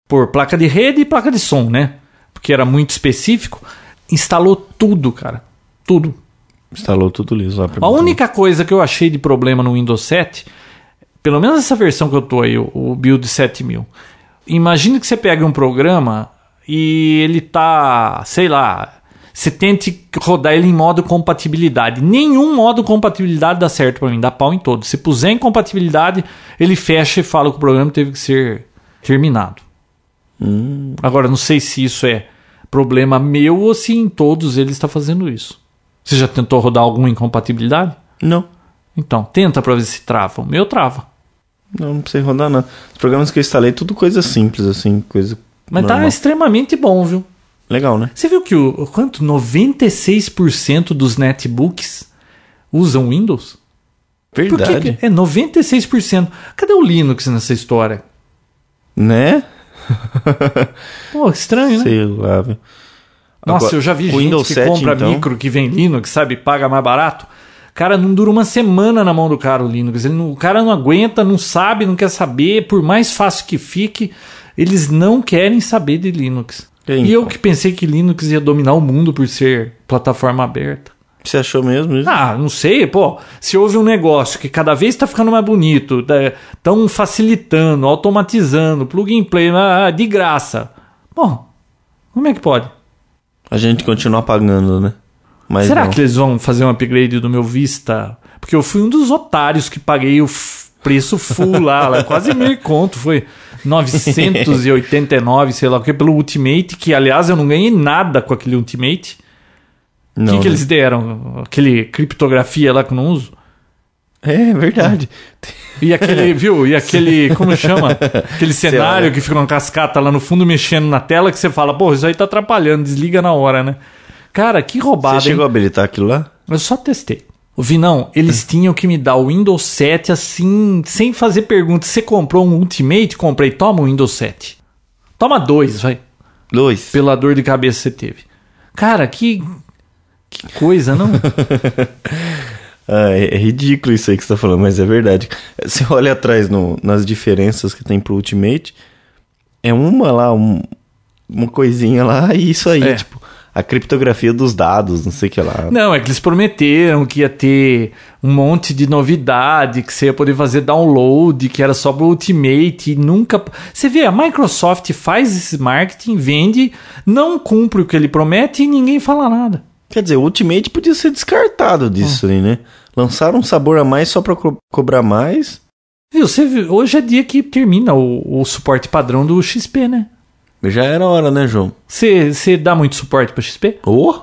[SPEAKER 1] pôr placa de rede e placa de som, né? Porque era muito específico. Instalou tudo, cara. Tudo.
[SPEAKER 2] Instalou tudo liso lá pra
[SPEAKER 1] A
[SPEAKER 2] mim também.
[SPEAKER 1] única coisa que eu achei de problema no Windows 7, pelo menos essa versão que eu tô aí, o- o build 7000. Imagina que você pega um programa e ele tá, sei lá, você tente rodar ele em modo compatibilidade. Nenhum modo compatibilidade dá certo pra mim, dá pau em todo. Se puser em compatibilidade, ele fecha e fala que o programa teve que ser terminado. Agora, não sei se isso é problema meu ou se em todos eles está fazendo isso. Você já tentou rodar alguma incompatibilidade?
[SPEAKER 2] Não,
[SPEAKER 1] Então, tenta pra ver se trava. O meu trava.
[SPEAKER 2] não, não sei rodar nada. Os programas que eu instalei, tudo coisa simples, assim, coisa.
[SPEAKER 1] Mas tá
[SPEAKER 2] normal.
[SPEAKER 1] extremamente bom, viu?
[SPEAKER 2] Legal, né?
[SPEAKER 1] Você viu que o o quanto 96% dos netbooks usam Windows? Por que
[SPEAKER 2] Verdade.
[SPEAKER 1] que? É 96%. Cadê o Linux nessa história?
[SPEAKER 2] Né?
[SPEAKER 1] Pô, estranho, né?
[SPEAKER 2] Sei lá, velho.
[SPEAKER 1] Nossa,
[SPEAKER 2] Agora,
[SPEAKER 1] eu já vi
[SPEAKER 2] o
[SPEAKER 1] gente
[SPEAKER 2] Windows
[SPEAKER 1] que
[SPEAKER 2] 7,
[SPEAKER 1] compra
[SPEAKER 2] então?
[SPEAKER 1] micro que vem Linux, sabe? Paga mais barato. Cara, não dura uma semana na mão do cara o Linux. Ele não- o cara não aguenta, não sabe, não quer saber. Por mais fácil que fique, eles não querem saber de Linux.
[SPEAKER 2] E
[SPEAKER 1] E eu
[SPEAKER 2] então?
[SPEAKER 1] que pensei que Linux ia dominar o mundo por ser plataforma aberta.
[SPEAKER 2] Você achou mesmo isso?
[SPEAKER 1] Ah, não sei, pô. Se houve um negócio que cada vez está ficando mais bonito, estão facilitando, automatizando, plug and play, ah, de graça. Bom, como é que pode?
[SPEAKER 2] A gente continua pagando, né? Mas
[SPEAKER 1] Será
[SPEAKER 2] não.
[SPEAKER 1] que eles vão fazer um upgrade do meu Vista? Porque eu fui um dos otários que paguei o f- preço full lá, lá, quase mil conto, foi 989, sei lá o que, pelo Ultimate, que aliás eu não ganhei nada com aquele Ultimate. O
[SPEAKER 2] Não,
[SPEAKER 1] que, que
[SPEAKER 2] né?
[SPEAKER 1] eles deram? Aquele criptografia lá que eu não uso?
[SPEAKER 2] É verdade.
[SPEAKER 1] E aquele, viu? E aquele, como chama? Aquele cenário
[SPEAKER 2] olha.
[SPEAKER 1] que fica uma cascata lá no fundo mexendo na tela que você fala, pô, isso aí tá atrapalhando, desliga na hora, né? Cara, que roubada.
[SPEAKER 2] Você
[SPEAKER 1] hein?
[SPEAKER 2] chegou a habilitar aquilo lá?
[SPEAKER 1] Eu só testei. O Vinão, eles tinham que me dar o Windows 7 assim, sem fazer pergunta. Você comprou um Ultimate? Comprei. Toma o Windows 7. Toma dois, vai.
[SPEAKER 2] Dois.
[SPEAKER 1] Pela dor de cabeça que você teve. Cara, que. Que coisa, não?
[SPEAKER 2] Ah, é, é ridículo isso aí que você tá falando, mas é verdade. Você olha atrás no- nas diferenças que tem pro Ultimate, é uma lá, um- uma coisinha lá e isso aí,
[SPEAKER 1] É.
[SPEAKER 2] tipo, a criptografia dos dados, não sei o que lá.
[SPEAKER 1] Não, é que eles prometeram que ia ter um monte de novidade, que você ia poder fazer download, que era só pro Ultimate e nunca. Você vê, a Microsoft faz esse marketing, vende, não cumpre o que ele promete e ninguém fala nada.
[SPEAKER 2] Quer dizer, o Ultimate podia ser descartado disso aí, né? Lançaram um sabor a mais só pra co- cobrar mais.
[SPEAKER 1] Viu, você vê, hoje é dia que termina o, o suporte padrão do XP, né?
[SPEAKER 2] Já era hora, né, João?
[SPEAKER 1] Você você dá muito suporte pra XP?
[SPEAKER 2] Ô!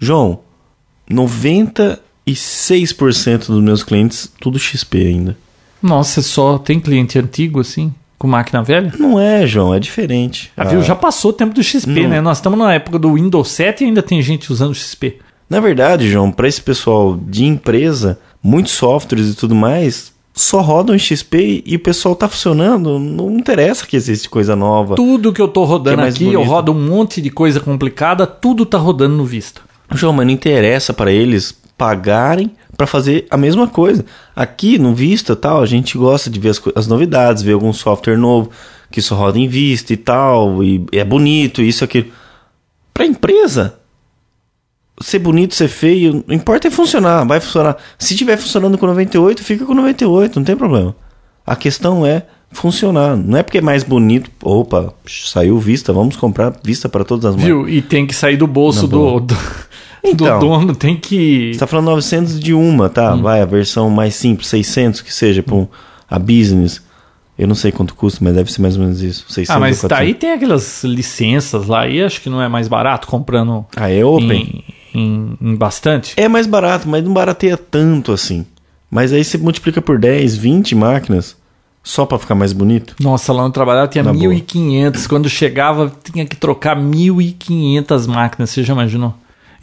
[SPEAKER 2] João, 96% dos meus clientes, tudo XP ainda.
[SPEAKER 1] Nossa, só tem cliente antigo assim, com máquina velha?
[SPEAKER 2] Não é, João, é diferente.
[SPEAKER 1] Ah, viu? Já passou o tempo do XP,
[SPEAKER 2] Não.
[SPEAKER 1] né? Nós estamos na época do Windows 7 e ainda tem gente usando XP.
[SPEAKER 2] Na verdade, João, para esse pessoal de empresa, muitos softwares e tudo mais só rodam em XP e o pessoal tá funcionando. Não interessa que existe coisa nova.
[SPEAKER 1] Tudo que eu tô rodando
[SPEAKER 2] Que é mais
[SPEAKER 1] aqui, eu
[SPEAKER 2] bonito.
[SPEAKER 1] rodo um monte de coisa complicada, tudo tá rodando no Vista.
[SPEAKER 2] João, mas não interessa para eles pagarem para fazer a mesma coisa. Aqui no Vista tal, a gente gosta de ver as, co- as novidades, ver algum software novo que só roda em Vista e tal, e é bonito, isso, aquilo. Para empresa, ser bonito, ser feio, não importa é funcionar, vai funcionar. Se tiver funcionando com 98, fica com 98, não tem problema. A questão é funcionar. Não é porque é mais bonito, opa, saiu Vista, vamos comprar Vista para todas as marcas.
[SPEAKER 1] Viu? E tem que sair do bolso
[SPEAKER 2] Na
[SPEAKER 1] do,
[SPEAKER 2] boa.
[SPEAKER 1] do,
[SPEAKER 2] Então.
[SPEAKER 1] do dono, tem que.
[SPEAKER 2] Você tá falando 900 de uma, tá? Vai, a versão mais simples, 600 que seja, pra um- a business. Eu não sei quanto custa, mas deve ser mais ou menos isso. é 600
[SPEAKER 1] Ah, mas
[SPEAKER 2] ou
[SPEAKER 1] tá aí
[SPEAKER 2] 400.
[SPEAKER 1] tem aquelas licenças lá, e acho que não é mais barato comprando
[SPEAKER 2] Ah, é open.
[SPEAKER 1] em, em- em bastante.
[SPEAKER 2] É mais barato, mas não barateia tanto assim. Mas aí você multiplica por 10, 20 máquinas, só pra ficar mais bonito.
[SPEAKER 1] Nossa, lá no trabalho tinha
[SPEAKER 2] Na boa.
[SPEAKER 1] 1.500. Quando chegava, tinha que trocar 1.500 máquinas, você já imaginou?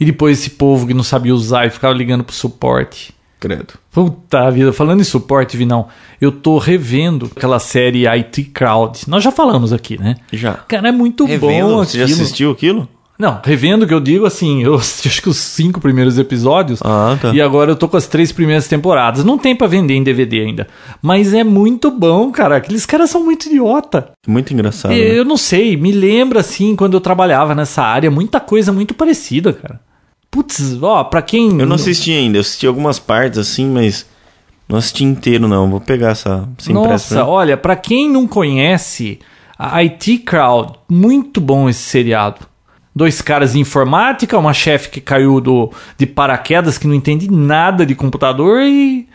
[SPEAKER 1] E depois esse povo que não sabia usar e ficava ligando pro suporte.
[SPEAKER 2] Credo.
[SPEAKER 1] Puta vida, falando em suporte, Vinão, eu tô revendo aquela série IT Crowd. Nós já falamos aqui, né?
[SPEAKER 2] Já.
[SPEAKER 1] Cara, é muito
[SPEAKER 2] Revendo,
[SPEAKER 1] bom
[SPEAKER 2] você já
[SPEAKER 1] aquilo.
[SPEAKER 2] assistiu aquilo?
[SPEAKER 1] Não, revendo que eu digo assim, eu assisti acho que os cinco primeiros episódios.
[SPEAKER 2] Ah, tá.
[SPEAKER 1] E agora eu tô com as três primeiras temporadas. Não tem pra vender em DVD ainda. Mas é muito bom, cara. Aqueles caras são muito idiota.
[SPEAKER 2] Muito engraçado.
[SPEAKER 1] E
[SPEAKER 2] né?
[SPEAKER 1] Eu não sei, me lembra assim, quando eu trabalhava nessa área, muita coisa muito parecida, cara. Putz, ó, pra quem.
[SPEAKER 2] Eu não assisti ainda, eu assisti algumas partes assim, mas não assisti inteiro não. Vou pegar essa, essa impressa. né?
[SPEAKER 1] Nossa, olha, pra quem não conhece, a IT Crowd, muito bom esse seriado. Dois caras de informática, uma chefe que caiu do, de paraquedas, que não entende nada de computador e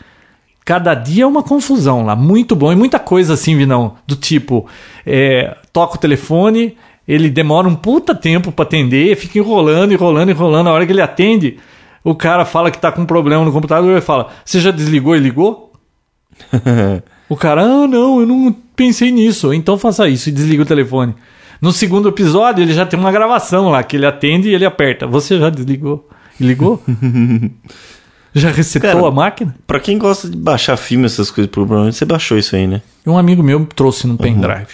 [SPEAKER 1] cada dia é uma confusão lá. Muito bom e muita coisa assim, Vinão, do tipo, é, toca o telefone, ele demora um puta tempo pra atender, fica enrolando, enrolando, enrolando. A hora que ele atende, o cara fala que tá com um problema no computador e fala, você já desligou e ligou? O cara, ah, não, eu não pensei nisso. Então faça isso e desliga o telefone. No segundo episódio, ele já tem uma gravação lá, que ele atende e ele aperta. Você já desligou? E ligou? já resetou
[SPEAKER 2] Cara,
[SPEAKER 1] a máquina?
[SPEAKER 2] Pra quem gosta de baixar filme, essas coisas, provavelmente você baixou isso aí, né?
[SPEAKER 1] Um amigo meu trouxe
[SPEAKER 2] Uhum.
[SPEAKER 1] no pendrive.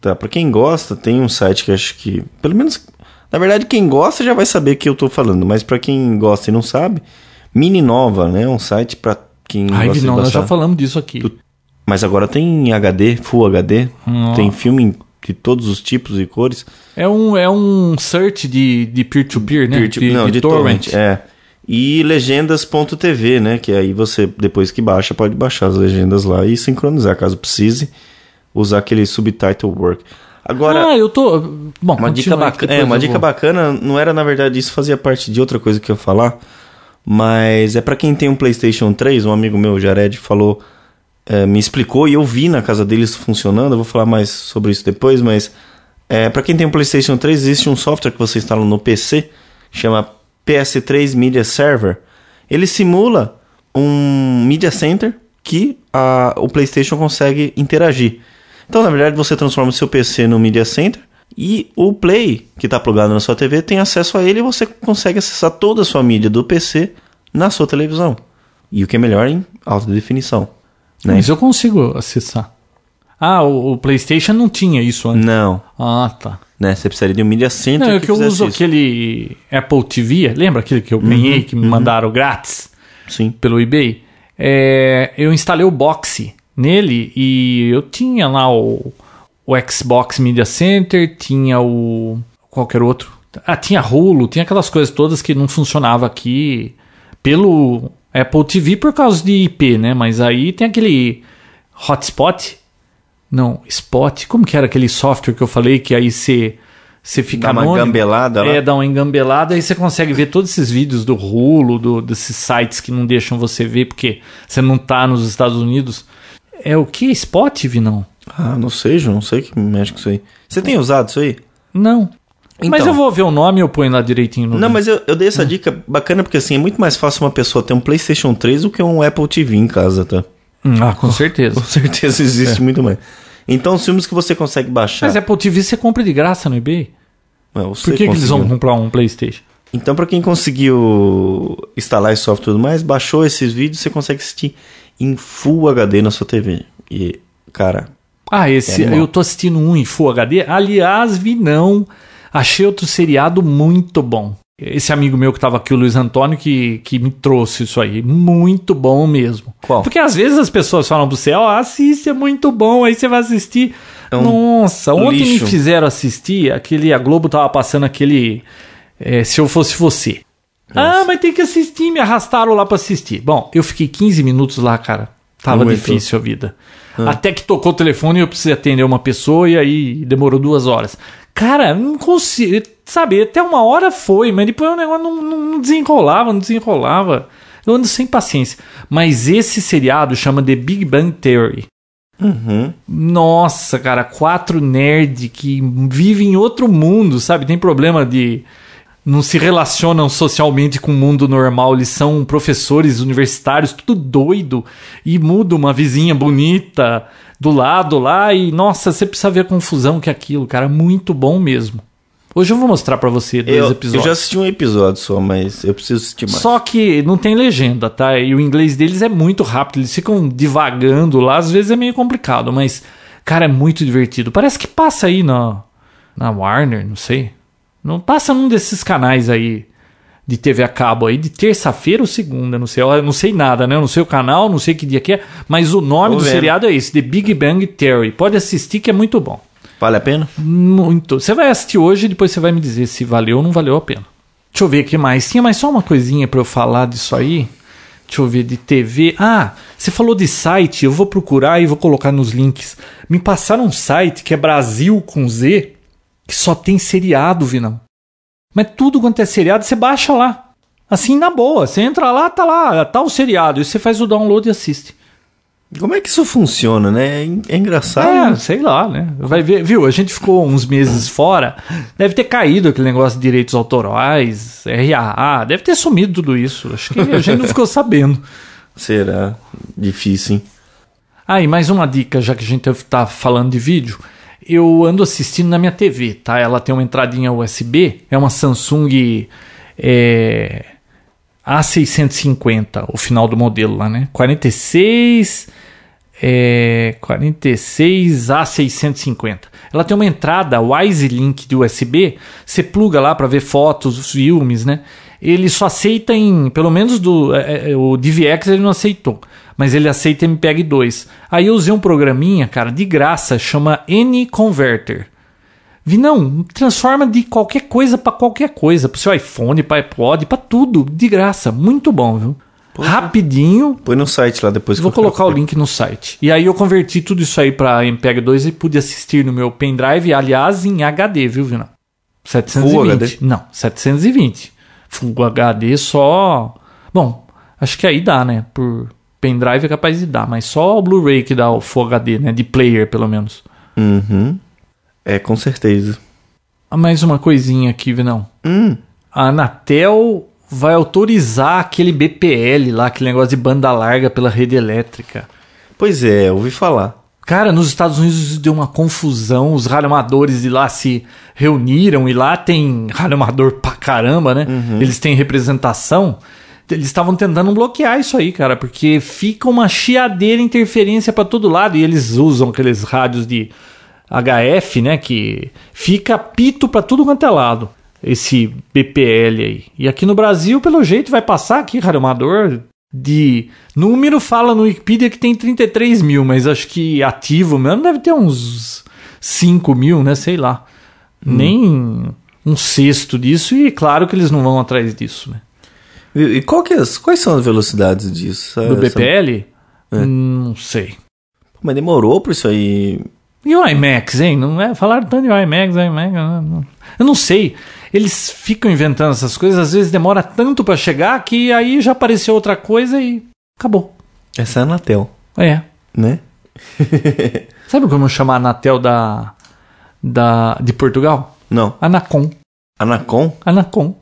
[SPEAKER 2] Tá, pra quem gosta, tem um site que acho que. Pelo menos. Na verdade, quem gosta já vai saber que eu tô falando, mas pra quem gosta e não sabe, Mini Nova, né? é Um site pra quem
[SPEAKER 1] Ai,
[SPEAKER 2] gosta
[SPEAKER 1] não, nós
[SPEAKER 2] de baixar.
[SPEAKER 1] já falamos disso aqui.
[SPEAKER 2] Tu- Mas agora tem HD, Full HD,
[SPEAKER 1] Nossa.
[SPEAKER 2] tem filme de todos os tipos e cores.
[SPEAKER 1] É um, é um search de de peer-to-peer, né?
[SPEAKER 2] Peer to-
[SPEAKER 1] de,
[SPEAKER 2] não,
[SPEAKER 1] de
[SPEAKER 2] de, torrent. É. E legendas.tv, né? Que aí você, depois que baixa, pode baixar as legendas lá e sincronizar, caso precise, usar aquele subtitle work. Agora,
[SPEAKER 1] ah, eu tô... Bom,
[SPEAKER 2] uma dica, bacana, é, uma dica bacana, não era na verdade isso, fazia parte de outra coisa que eu ia falar, mas é pra quem tem um PlayStation 3, um amigo meu, Jared, falou, é, me explicou e eu vi na casa deles funcionando, eu vou falar mais sobre isso depois, mas é, para quem tem um PlayStation 3, existe um software que você instala no PC, chama PS3 Media Server. Ele simula um media center que a- o PlayStation consegue interagir. Então, na verdade, você transforma o seu PC no media center e o Play, que está plugado na sua TV, tem acesso a ele e você consegue acessar toda a sua mídia do PC na sua televisão. E o que é melhor em alta definição. né?
[SPEAKER 1] Mas eu consigo acessar. Ah, o, o PlayStation não tinha isso antes.
[SPEAKER 2] Não,
[SPEAKER 1] Ah, tá.
[SPEAKER 2] né? Você precisaria de um Media Center
[SPEAKER 1] Não, é
[SPEAKER 2] que,
[SPEAKER 1] que eu
[SPEAKER 2] fizesse
[SPEAKER 1] uso
[SPEAKER 2] isso. Uhum,
[SPEAKER 1] aquele Apple TV, lembra aquele que eu ganhei, que me mandaram grátis
[SPEAKER 2] Sim.
[SPEAKER 1] pelo eBay? É, eu instalei o Boxe nele e eu tinha lá o, o Xbox Media Center, tinha o. qualquer outro. Ah, tinha rolo, tinha aquelas coisas todas que não funcionava aqui pelo Apple TV por causa de IP, né? Mas aí tem aquele hotspot. Não, Spot. Como que era aquele software que eu falei que aí você você fica
[SPEAKER 2] Dá uma
[SPEAKER 1] anônimo?
[SPEAKER 2] gambelada lá.
[SPEAKER 1] É, dá uma engambelada e você consegue ver todos esses vídeos do rulo, do- desses sites que não deixam você ver porque você não tá nos Estados Unidos. É o que? Spot, Vinão?
[SPEAKER 2] Ah, não sei, João. Não sei que mexe com isso aí. Você tem usado isso aí?
[SPEAKER 1] Não. Mas
[SPEAKER 2] Então.
[SPEAKER 1] eu vou ver o nome e eu ponho lá direitinho no
[SPEAKER 2] Não, mas eu, eu
[SPEAKER 1] Uhum.
[SPEAKER 2] dei essa dica bacana porque assim, é muito mais fácil uma pessoa ter um PlayStation 3 do que um Apple TV em casa, tá?
[SPEAKER 1] Ah, com certeza.
[SPEAKER 2] Com certeza existe muito mais. Então, os filmes que você consegue baixar.
[SPEAKER 1] É. Mas Apple TV você compra de graça no eBay.
[SPEAKER 2] É, você
[SPEAKER 1] Por que, que eles
[SPEAKER 2] conseguiu.
[SPEAKER 1] vão comprar um Playstation?
[SPEAKER 2] Então, pra quem conseguiu instalar esse software e tudo mais, baixou esses vídeos, você consegue assistir em Full HD na sua TV. E, cara,
[SPEAKER 1] Ah, esse.
[SPEAKER 2] É animal.
[SPEAKER 1] eu tô assistindo um em Full HD. Aliás, vi não. Achei outro seriado muito bom. Esse amigo meu que tava aqui, o Luiz Antônio, que, que me trouxe isso aí. Muito bom mesmo.
[SPEAKER 2] Qual?
[SPEAKER 1] Porque às vezes as pessoas falam pro você, ó, assiste, é muito bom, aí você vai assistir.
[SPEAKER 2] É um
[SPEAKER 1] Nossa, ontem
[SPEAKER 2] lixo.
[SPEAKER 1] me fizeram assistir aquele. A Globo tava passando aquele. é, Se eu fosse você. Ah, mas tem que assistir, me arrastaram lá pra assistir. Bom, eu fiquei 15 minutos lá, cara. Tava
[SPEAKER 2] Não aguentou.
[SPEAKER 1] difícil difícil a vida. Até que tocou o telefone e eu precisei atender uma pessoa e aí demorou duas horas. Cara, eu não consigo. Sabe, até uma hora foi, mas depois o negócio não, não- não desenrolava, não desenrolava. Eu ando sem paciência. Mas esse seriado chama The Big Bang Theory. Nossa, cara, quatro nerd que vivem em outro mundo, sabe? Tem problema de. Não se relacionam socialmente com o mundo normal, eles são professores universitários, tudo doido, e muda uma vizinha bonita do lado lá, e nossa, você precisa ver a confusão que é aquilo, cara, muito bom mesmo. Hoje eu vou mostrar pra você dois
[SPEAKER 2] eu, eu
[SPEAKER 1] episódios.
[SPEAKER 2] já assisti um episódio só, mas eu preciso assistir mais.
[SPEAKER 1] Só que não tem legenda, tá? E o inglês deles é muito rápido, eles ficam divagando lá, às vezes é meio complicado, mas, cara, é muito divertido. Parece que passa aí na, na Warner, não sei. Não passa num desses canais aí de TV a cabo aí, de terça-feira ou segunda, não sei. Eu não sei nada, né? Eu não sei o canal, não sei que dia que é, mas o nome
[SPEAKER 2] Tô
[SPEAKER 1] do
[SPEAKER 2] vendo.
[SPEAKER 1] seriado é esse, The Big Bang Theory. Pode assistir que é muito bom.
[SPEAKER 2] Vale a pena?
[SPEAKER 1] Muito. Você vai assistir hoje e depois você vai me dizer se valeu ou não valeu a pena. Deixa eu ver o que mais. Tinha mais só uma coisinha pra eu falar disso aí. Deixa eu ver de TV. Ah, você falou de site, eu vou procurar e vou colocar nos links. Me passaram um site que é Brasil com Z, que só tem seriado, Vinão. Mas tudo quanto é seriado, você baixa lá. Assim, na boa. Você entra lá, tá lá, tá o seriado. E você faz o download e assiste.
[SPEAKER 2] Como é que isso funciona, né? É en- É engraçado.
[SPEAKER 1] É,
[SPEAKER 2] né?
[SPEAKER 1] sei lá, né? Vai ver, viu? A gente ficou uns meses fora, deve ter caído aquele negócio de direitos autorais, RAA, deve ter sumido tudo isso. Acho que a gente não ficou sabendo. É.
[SPEAKER 2] Será difícil, hein?
[SPEAKER 1] Ah, e mais uma dica, já que a gente tá falando de vídeo. Eu ando assistindo na minha TV, tá? Ela tem uma entradinha USB, é uma Samsung é, A650, o final do modelo lá, né? 46 é, 46 A650. Ela tem uma entrada Wise Link de USB, você pluga lá para ver fotos, filmes, né? Ele só aceita em, pelo menos do é, é, o DVX ele não aceitou, mas ele aceita MPEG 2. Aí eu usei um programinha, cara, de graça, chama N Converter. Vi não, transforma de qualquer coisa pra qualquer coisa, pro seu iPhone, para iPod, pra tudo, de graça, muito bom, viu? Rapidinho,
[SPEAKER 2] Põe no site lá depois. que
[SPEAKER 1] Vou
[SPEAKER 2] eu-
[SPEAKER 1] colocar o link no site. E aí eu converti tudo isso aí pra MPEG 2 e pude assistir no meu pendrive, aliás, em HD, viu, Vina? 720.
[SPEAKER 2] Full HD?
[SPEAKER 1] Não, 720. Full HD só. Bom, acho que aí dá, né? Por pendrive é capaz de dar, mas só o Blu-ray que dá o Full HD, né? De player, pelo menos.
[SPEAKER 2] Uhum. É, com certeza.
[SPEAKER 1] Ah, Mais uma coisinha aqui, Vinão.
[SPEAKER 2] Hum.
[SPEAKER 1] A Anatel vai autorizar aquele BPL lá, aquele negócio de banda larga pela rede elétrica.
[SPEAKER 2] Pois é, ouvi falar.
[SPEAKER 1] Cara, nos Estados Unidos deu uma confusão, os ralhamadores de lá se reuniram e lá tem ralhamador pra caramba, né? Eles têm representação. Eles estavam tentando bloquear isso aí, cara, porque fica uma chiadeira interferência pra todo lado e eles usam aqueles rádios de HF, né, que fica pito pra tudo quanto é lado. Esse BPL aí. E aqui no Brasil, pelo jeito, vai passar aqui, cara, amador de número fala no Wikipedia que tem 33 mil, mas acho que ativo mesmo deve ter uns 5 mil, né? Sei lá. Nem um sexto disso, e claro que eles não vão atrás disso, né?
[SPEAKER 2] E, e qual que é as- quais são as velocidades disso?
[SPEAKER 1] Do
[SPEAKER 2] É, Essa-
[SPEAKER 1] BPL? Não sei.
[SPEAKER 2] Pô, Mas demorou pra isso aí.
[SPEAKER 1] E o IMAX, hein? Não é? Falaram tanto de IMAX, IMAX. não- não- Eu não sei. Eles ficam inventando essas coisas, às vezes demora tanto pra chegar que aí já apareceu outra coisa e acabou.
[SPEAKER 2] Essa é a Anatel,
[SPEAKER 1] É.
[SPEAKER 2] né?
[SPEAKER 1] Sabe como chamar a Anatel da, da, de Portugal?
[SPEAKER 2] Não.
[SPEAKER 1] Anacom.
[SPEAKER 2] Anacom?
[SPEAKER 1] Anacom.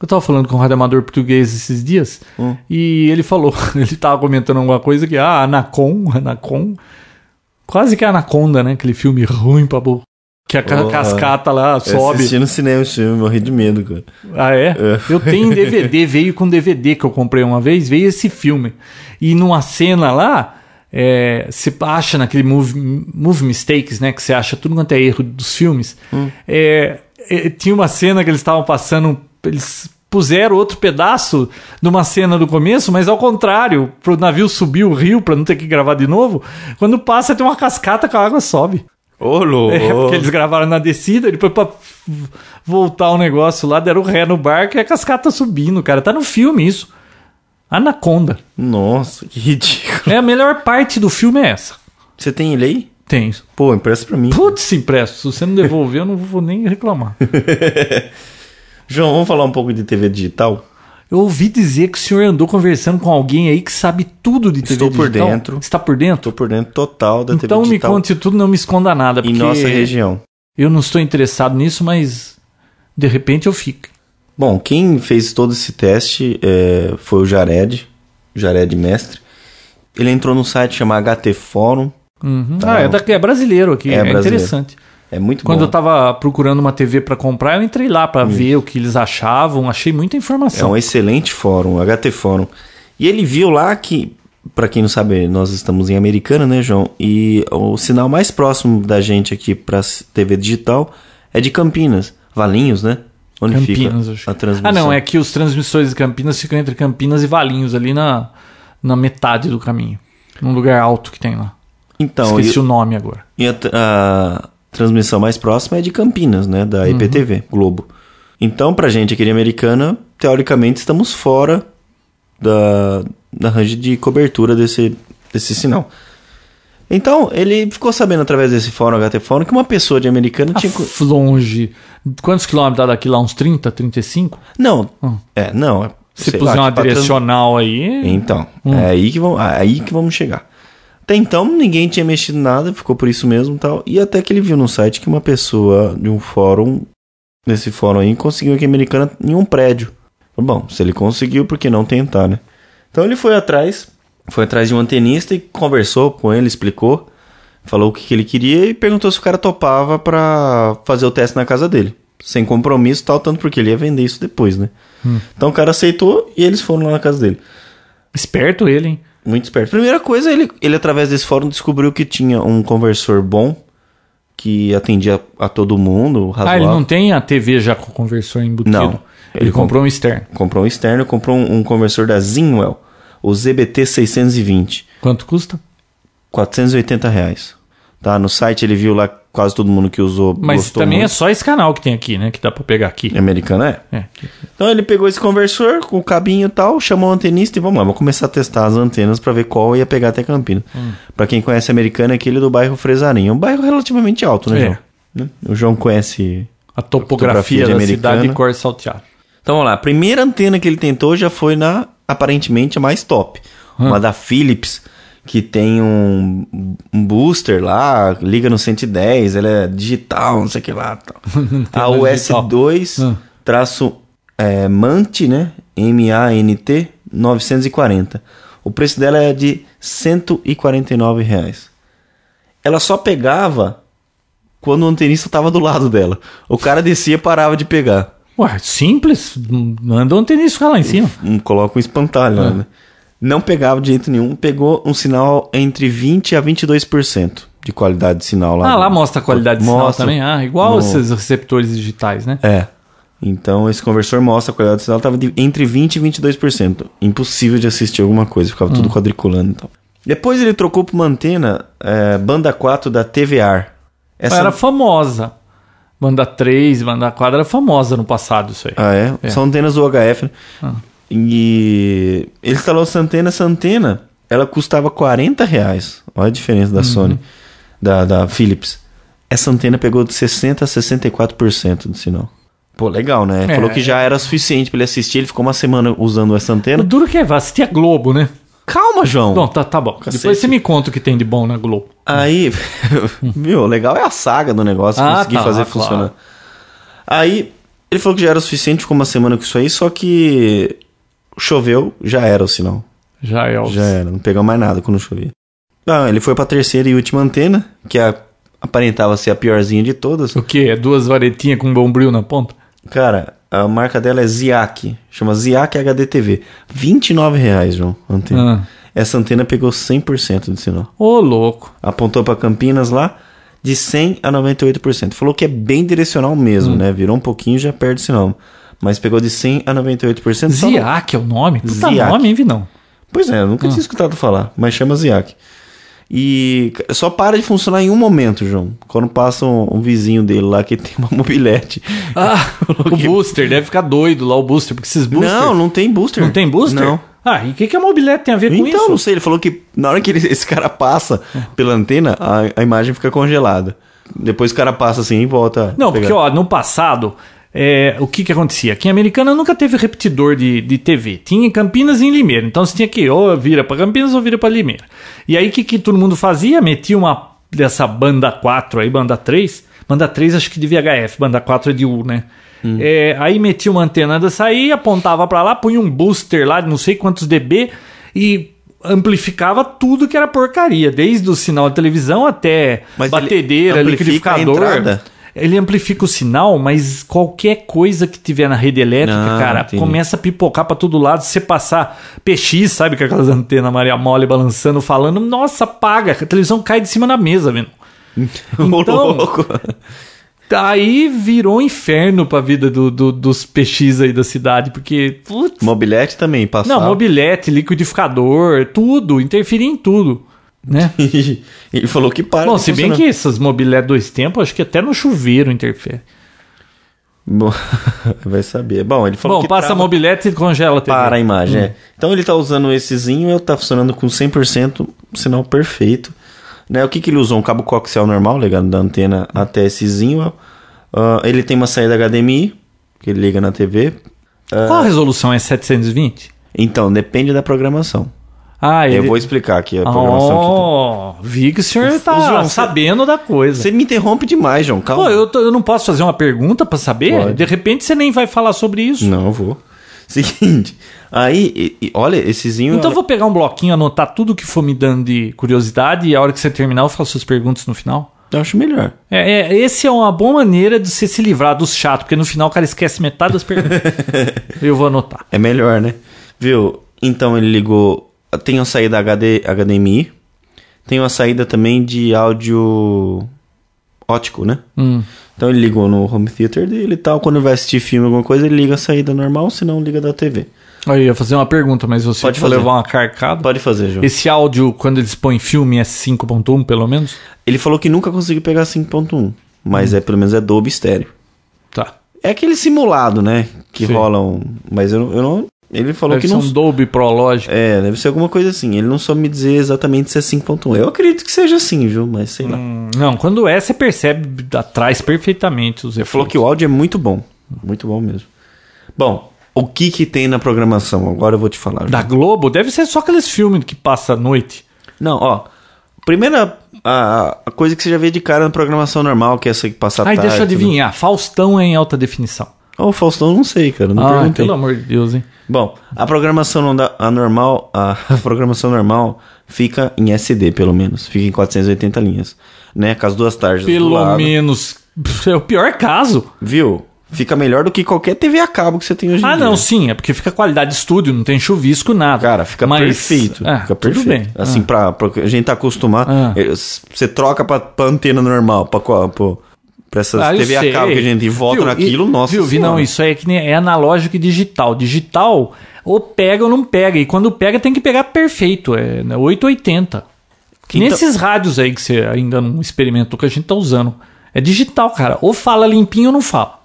[SPEAKER 1] Eu tava falando com um radioamador português esses dias
[SPEAKER 2] Hum.
[SPEAKER 1] e ele falou, ele tava comentando alguma coisa que, ah, Anacom, Anacom. Quase que Anaconda, né? Aquele filme ruim pra burro. Que a ca-
[SPEAKER 2] Porra.
[SPEAKER 1] cascata lá
[SPEAKER 2] Eu
[SPEAKER 1] sobe.
[SPEAKER 2] assisti no cinema esse filme, morri de medo, cara.
[SPEAKER 1] Ah, é? Eu tenho em DVD, veio com DVD que eu comprei uma vez, veio esse filme. E numa cena lá, é, você acha naquele move, move Mistakes, né? Que você acha tudo quanto é erro dos filmes. É, é, tinha uma cena que eles estavam passando. Eles puseram outro pedaço de uma cena do começo, mas ao contrário, pro navio subir o rio pra não ter que gravar de novo. Quando passa, tem uma cascata que a água sobe.
[SPEAKER 2] Ô, louco.
[SPEAKER 1] É, porque eles gravaram na descida, depois pra f- voltar o negócio lá, deram ré no barco e a cascata subindo, cara. Tá no filme isso. Anaconda.
[SPEAKER 2] Nossa, que ridículo.
[SPEAKER 1] É, a melhor parte do filme é essa.
[SPEAKER 2] Você tem ele aí?
[SPEAKER 1] Tem isso.
[SPEAKER 2] Pô, empresta pra mim.
[SPEAKER 1] Putz, impresso, se você não devolver, eu não vou nem reclamar.
[SPEAKER 2] João, vamos falar um pouco de TV digital?
[SPEAKER 1] Eu ouvi dizer que o senhor andou conversando com alguém aí que sabe tudo de TV
[SPEAKER 2] Estou por
[SPEAKER 1] digital.
[SPEAKER 2] dentro.
[SPEAKER 1] Está por dentro?
[SPEAKER 2] Tô por dentro total da
[SPEAKER 1] Então
[SPEAKER 2] TV
[SPEAKER 1] me
[SPEAKER 2] digital
[SPEAKER 1] conte tudo, não me esconda nada,
[SPEAKER 2] em
[SPEAKER 1] porque
[SPEAKER 2] nossa região.
[SPEAKER 1] eu não estou interessado nisso, mas de repente eu fico.
[SPEAKER 2] Bom, quem fez todo esse teste é, foi o Jared, Jared Mestre. Ele entrou num site chamado HT Fórum.
[SPEAKER 1] Uhum.
[SPEAKER 2] Tá.
[SPEAKER 1] Ah, é, daqui, é brasileiro aqui,
[SPEAKER 2] É
[SPEAKER 1] é
[SPEAKER 2] brasileiro.
[SPEAKER 1] interessante.
[SPEAKER 2] É muito
[SPEAKER 1] Quando
[SPEAKER 2] bom.
[SPEAKER 1] eu tava procurando uma TV pra comprar, eu entrei lá pra ver o que eles achavam, achei muita
[SPEAKER 2] É
[SPEAKER 1] informação.
[SPEAKER 2] um excelente fórum, o HT Fórum. E ele viu lá que, pra quem não sabe, nós estamos em Americana, né, João? E o sinal mais próximo da gente aqui pra s- TV digital é de Campinas, Valinhos, né? Onde
[SPEAKER 1] Campinas,
[SPEAKER 2] fica
[SPEAKER 1] acho.
[SPEAKER 2] a transmissão.
[SPEAKER 1] Ah, não, é que os transmissores de Campinas ficam entre Campinas e Valinhos, ali na, na metade do caminho. Num lugar alto que tem lá.
[SPEAKER 2] Então,
[SPEAKER 1] Esqueci
[SPEAKER 2] e,
[SPEAKER 1] o nome agora.
[SPEAKER 2] e a, tr- a transmissão mais próxima é de Campinas, né, da
[SPEAKER 1] Uhum.
[SPEAKER 2] EPTV, Globo. Então, pra gente aqui de Americana, teoricamente estamos fora da, da range de cobertura desse, desse sinal. Então, ele ficou sabendo através desse fórum HT Fórum que uma pessoa de americana
[SPEAKER 1] Ah,
[SPEAKER 2] tinha. co-
[SPEAKER 1] f- longe. Quantos quilômetros dá daqui lá? Uns 30, 35?
[SPEAKER 2] Não, é, não. é-
[SPEAKER 1] Hum. Se
[SPEAKER 2] sei
[SPEAKER 1] puser
[SPEAKER 2] lá,
[SPEAKER 1] uma
[SPEAKER 2] que pra trans-
[SPEAKER 1] direcional aí.
[SPEAKER 2] Então, é aí que, vamos, aí que vamos chegar. Até então, ninguém tinha mexido nada, ficou por isso mesmo e tal. E até que ele viu no site que uma pessoa de um fórum, nesse fórum aí, conseguiu aqui em Americana em um prédio. Bom, se ele conseguiu, por que não tentar, né? Então ele foi atrás, foi atrás de um antenista e conversou com ele, explicou, falou o que, que ele queria e perguntou se o cara topava pra fazer o teste na casa dele. Sem compromisso e tal, tanto porque ele ia vender isso depois, né? Então o cara aceitou e eles foram lá na casa dele.
[SPEAKER 1] Esperto ele, hein?
[SPEAKER 2] Muito esperto. Primeira coisa, ele, ele através desse fórum descobriu que tinha um conversor bom que atendia a todo mundo,
[SPEAKER 1] Ah, ele
[SPEAKER 2] razoável.
[SPEAKER 1] não tem a TV já com conversor embutido.
[SPEAKER 2] Não.
[SPEAKER 1] Ele,
[SPEAKER 2] Ele
[SPEAKER 1] comprou um externo.
[SPEAKER 2] Comprou um externo, comprou um, um conversor da Zinwell, o ZBT 620,
[SPEAKER 1] Quanto custa?
[SPEAKER 2] 480 reais. Tá, no site ele viu lá quase todo mundo que usou,
[SPEAKER 1] Mas
[SPEAKER 2] gostou
[SPEAKER 1] também é
[SPEAKER 2] muito.
[SPEAKER 1] só esse canal que tem aqui, né? Que dá pra pegar aqui.
[SPEAKER 2] Americano, é.
[SPEAKER 1] É.
[SPEAKER 2] Então ele pegou esse conversor com o cabinho e tal, chamou o antenista e vamos lá, vou começar a testar as antenas pra ver qual ia pegar até Campinas. Pra quem conhece Americana, é aquele do bairro Fresarinho. É um bairro relativamente alto, né,
[SPEAKER 1] É.
[SPEAKER 2] João? Né? O João conhece.
[SPEAKER 1] A topografia
[SPEAKER 2] Topografia de
[SPEAKER 1] da
[SPEAKER 2] Americana.
[SPEAKER 1] cidade de Cor Salteado.
[SPEAKER 2] Então vamos lá, a primeira antena que ele tentou já foi na aparentemente a mais top.
[SPEAKER 1] Hum.
[SPEAKER 2] Uma da Philips, que tem um, um booster lá, liga no 110, ela é digital, não sei o que lá. tal. a
[SPEAKER 1] digital.
[SPEAKER 2] US2
[SPEAKER 1] Hum.
[SPEAKER 2] traço é, MANT, né? M-A-N-T 940. O preço dela é de 149 reais. Ela só pegava quando o antenista tava do lado dela. O cara descia e parava de pegar.
[SPEAKER 1] Ué, simples. Manda um tênis ficar lá em cima.
[SPEAKER 2] Um- Coloca um espantalho,
[SPEAKER 1] É.
[SPEAKER 2] lá, né? Não pegava de jeito nenhum, pegou um sinal entre 20 a 22% de qualidade de sinal lá.
[SPEAKER 1] Ah,
[SPEAKER 2] no-
[SPEAKER 1] lá mostra a qualidade de sinal
[SPEAKER 2] Mostra.
[SPEAKER 1] também. Ah, igual
[SPEAKER 2] No-
[SPEAKER 1] esses receptores digitais, né?
[SPEAKER 2] É. Então esse conversor mostra a qualidade do sinal tava de- entre 20 e 22%. Impossível de assistir alguma coisa, ficava
[SPEAKER 1] Hum.
[SPEAKER 2] tudo quadriculando e tal. Depois ele trocou por uma antena é, banda 4 da TVR. Essa
[SPEAKER 1] Era famosa. Banda 3, banda 4 era famosa no passado isso aí.
[SPEAKER 2] Ah, é? São antenas UHF. né?
[SPEAKER 1] Ah.
[SPEAKER 2] E ele instalou essa antena. Essa antena, ela custava 40 reais. Olha a diferença
[SPEAKER 1] Uhum.
[SPEAKER 2] da Sony, da, da Philips. Essa antena pegou de 60% a 64% do sinal. Pô, legal, né?
[SPEAKER 1] É.
[SPEAKER 2] Falou que já era suficiente pra ele assistir. Ele ficou uma semana usando essa
[SPEAKER 1] O
[SPEAKER 2] antena.
[SPEAKER 1] duro que é, vai assistir a Globo, né?
[SPEAKER 2] Calma, João.
[SPEAKER 1] Bom, tá, tá bom.
[SPEAKER 2] Cacete.
[SPEAKER 1] Depois você me conta o que tem de bom na Globo.
[SPEAKER 2] Aí, meu, o legal é a saga do negócio,
[SPEAKER 1] Ah,
[SPEAKER 2] conseguir
[SPEAKER 1] tá,
[SPEAKER 2] fazer
[SPEAKER 1] claro.
[SPEAKER 2] funcionar. Aí, ele falou que já era o suficiente, ficou uma semana com isso aí, só que choveu, já era o sinal.
[SPEAKER 1] Já é o...
[SPEAKER 2] Já era, não pegou mais nada quando chovia. Ah, ele foi pra terceira e última antena, que é a- aparentava ser a piorzinha de todas.
[SPEAKER 1] O quê? É duas varetinhas com um bombril na ponta?
[SPEAKER 2] Cara, a marca dela é Ziac, chama Ziac HDTV. R$ 29 reais, João, a antena.
[SPEAKER 1] Ah.
[SPEAKER 2] Essa antena pegou 100% de sinal.
[SPEAKER 1] Ô, louco.
[SPEAKER 2] apontou para Campinas lá, de 100 a 98%. Falou que é bem direcional
[SPEAKER 1] Hum.
[SPEAKER 2] mesmo, né? Virou um pouquinho e já perde sinal. Mas pegou de 100 a 98%. só no-
[SPEAKER 1] Ziac Ah. é o nome? Puta
[SPEAKER 2] Ziac.
[SPEAKER 1] nome, hein, Vinão?
[SPEAKER 2] Pois é, eu nunca tinha escutado falar, mas chama Ziac. E c- só para de funcionar em um momento, João. Quando passa um, um vizinho dele lá que tem uma mobilete.
[SPEAKER 1] Ah, o Booster. Deve ficar doido lá, o Booster. Porque esses boosters...
[SPEAKER 2] Não, não tem booster.
[SPEAKER 1] Não tem Booster?
[SPEAKER 2] Não.
[SPEAKER 1] Ah, e o que, que a mobilete tem a ver com
[SPEAKER 2] Então,
[SPEAKER 1] isso? É.
[SPEAKER 2] não sei, ele falou que na hora que ele- esse cara passa pela antena, a, a imagem fica congelada. Depois o cara passa assim e volta. a
[SPEAKER 1] Não,
[SPEAKER 2] pegar.
[SPEAKER 1] porque ó, no passado, é, o que que acontecia? Aqui em Americana nunca teve repetidor de, de TV. Tinha em Campinas e em Limeira. Então você tinha que ou vira pra Campinas ou vira pra Limeira. E aí o que, que todo mundo fazia? Metia uma dessa banda 4 aí, banda 3. Banda 3 acho que de VHF, banda 4 é de U, né?
[SPEAKER 2] Hum.
[SPEAKER 1] É, aí metia uma antena dessa aí, apontava pra lá, punha um booster lá de não sei quantos dB e amplificava tudo que era porcaria, desde o sinal de televisão até
[SPEAKER 2] Mas ele
[SPEAKER 1] batedeira,
[SPEAKER 2] amplifica a
[SPEAKER 1] liquidificador.
[SPEAKER 2] entrada?
[SPEAKER 1] Ele amplifica o sinal, mas qualquer coisa que tiver na rede elétrica,
[SPEAKER 2] Ah,
[SPEAKER 1] cara,
[SPEAKER 2] entendi.
[SPEAKER 1] começa a pipocar pra todo lado. Se você passar PX, sabe, com aquelas antenas Maria Mole balançando, falando, nossa, apaga, a televisão cai de cima da mesa, mesmo.
[SPEAKER 2] Ô,
[SPEAKER 1] Então-
[SPEAKER 2] louco.
[SPEAKER 1] Aí virou um inferno pra vida do- do- dos PX aí da cidade, porque, putz,
[SPEAKER 2] Mobilete também passava.
[SPEAKER 1] não, mobilete, liquidificador, tudo, interferir em tudo, né?
[SPEAKER 2] Ele falou que para.
[SPEAKER 1] Bom,
[SPEAKER 2] de
[SPEAKER 1] se bem
[SPEAKER 2] funcionar.
[SPEAKER 1] que essas mobilete dois tempos, acho que até no chuveiro interfere.
[SPEAKER 2] Bom, vai saber. Bom, ele falou
[SPEAKER 1] Bom,
[SPEAKER 2] que
[SPEAKER 1] passa a Hum.
[SPEAKER 2] trava-
[SPEAKER 1] mobilete e congela a TV.
[SPEAKER 2] para a imagem. é. Então ele tá usando essezinho, ele tá funcionando com 100%, sinal perfeito. Né? O que que ele usou? Um cabo coaxial normal, ligado da antena até essezinho. ó. Ah, ele tem uma saída HDMI, que ele liga na TV. Ah.
[SPEAKER 1] Qual a resolução é 720?
[SPEAKER 2] Então, depende da programação.
[SPEAKER 1] Ah, ele... Ah,
[SPEAKER 2] Eu vou explicar aqui a programação que tem.
[SPEAKER 1] Oh, vi que o senhor tá
[SPEAKER 2] Ô, João, você-
[SPEAKER 1] sabendo da coisa.
[SPEAKER 2] Você me interrompe demais, João. Calma.
[SPEAKER 1] Pô, eu, tô- eu não posso fazer uma pergunta pra saber?
[SPEAKER 2] Pode.
[SPEAKER 1] De repente você nem vai falar sobre isso.
[SPEAKER 2] Não, eu vou. Seguinte. Aí, e- e olha, essezinho. é-
[SPEAKER 1] Então eu
[SPEAKER 2] ela-
[SPEAKER 1] vou pegar um bloquinho, anotar tudo que for me dando de curiosidade e a hora que você terminar eu faço as perguntas no final.
[SPEAKER 2] Eu acho melhor.
[SPEAKER 1] É, é, esse é uma boa maneira de você se livrar dos chatos, porque no final o cara esquece metade das perguntas. eu vou anotar.
[SPEAKER 2] É melhor, né? Viu? Então ele ligou. Tem uma saída HD, HDMI. Tem uma saída também de áudio ótico, né? Então ele ligou no home theater dele e tal. Quando vai assistir filme, alguma coisa, ele liga a saída normal, se não liga da TV.
[SPEAKER 1] Aí, eu ia fazer uma pergunta, mas você
[SPEAKER 2] Pode
[SPEAKER 1] pode
[SPEAKER 2] fazer.
[SPEAKER 1] levar uma carcada.
[SPEAKER 2] Pode fazer, João.
[SPEAKER 1] Esse áudio, quando eles põem filme, é 5.1 pelo menos?
[SPEAKER 2] Ele falou que nunca conseguiu pegar 5.1, mas é pelo menos é Dolby estéreo.
[SPEAKER 1] Tá.
[SPEAKER 2] É aquele simulado, né? Que
[SPEAKER 1] Sim.
[SPEAKER 2] rolam. Mas eu, não- eu não. Ele falou
[SPEAKER 1] Deve
[SPEAKER 2] que
[SPEAKER 1] ser
[SPEAKER 2] não.
[SPEAKER 1] um Dolby Pro Logic.
[SPEAKER 2] É, deve ser alguma coisa assim. Ele não soube me dizer exatamente se é 5.1. Eu acredito que seja assim, viu? Mas sei lá.
[SPEAKER 1] Hum, Não, quando é, você percebe atrás perfeitamente os
[SPEAKER 2] Falou
[SPEAKER 1] efeitos.
[SPEAKER 2] que o áudio é muito bom. Muito bom mesmo. Bom, o que que tem na programação? Agora eu vou te falar.
[SPEAKER 1] Da Globo, deve ser só aqueles filmes que passa à noite.
[SPEAKER 2] Não, ó. Primeira a, a coisa que você já vê de cara na programação normal, que é essa que passa
[SPEAKER 1] Ai,
[SPEAKER 2] tarde.
[SPEAKER 1] deixa eu adivinhar, Faustão é em alta definição.
[SPEAKER 2] Ô, Faustão, não sei, cara. Não
[SPEAKER 1] Ah,
[SPEAKER 2] perguntei.
[SPEAKER 1] pelo amor de Deus, hein?
[SPEAKER 2] Bom, a programação não dá, a normal, a, a programação normal fica em SD, pelo menos. Fica em 480 linhas, né? Com as duas tarjas do
[SPEAKER 1] Pelo
[SPEAKER 2] lado.
[SPEAKER 1] menos. É o pior caso.
[SPEAKER 2] Viu? Fica melhor do que qualquer TV a cabo que você tem hoje em
[SPEAKER 1] Ah,
[SPEAKER 2] dia.
[SPEAKER 1] não, sim, é porque fica qualidade de estúdio, não tem chuvisco, nada.
[SPEAKER 2] Cara, fica
[SPEAKER 1] Mas-
[SPEAKER 2] perfeito.
[SPEAKER 1] É,
[SPEAKER 2] fica
[SPEAKER 1] tudo
[SPEAKER 2] perfeito.
[SPEAKER 1] bem.
[SPEAKER 2] Assim, pra, pra- a gente tá acostumado.
[SPEAKER 1] Ah.
[SPEAKER 2] É, s- Você troca pra, pra antena normal, pra, qual- pro- pra essas
[SPEAKER 1] Ah, eu
[SPEAKER 2] TV
[SPEAKER 1] sei.
[SPEAKER 2] a cabo que a gente e volta
[SPEAKER 1] Viu?
[SPEAKER 2] naquilo,
[SPEAKER 1] E-
[SPEAKER 2] nossa.
[SPEAKER 1] Viu, Vi, não,
[SPEAKER 2] senhora.
[SPEAKER 1] isso aí é que nem, é analógico e digital. Digital, ou pega ou não pega. E quando pega, tem que pegar perfeito. É né, 880. Que nem
[SPEAKER 2] Então-
[SPEAKER 1] esses rádios aí que você ainda não experimentou, que a gente tá usando. É digital, cara. Ou fala limpinho ou não fala.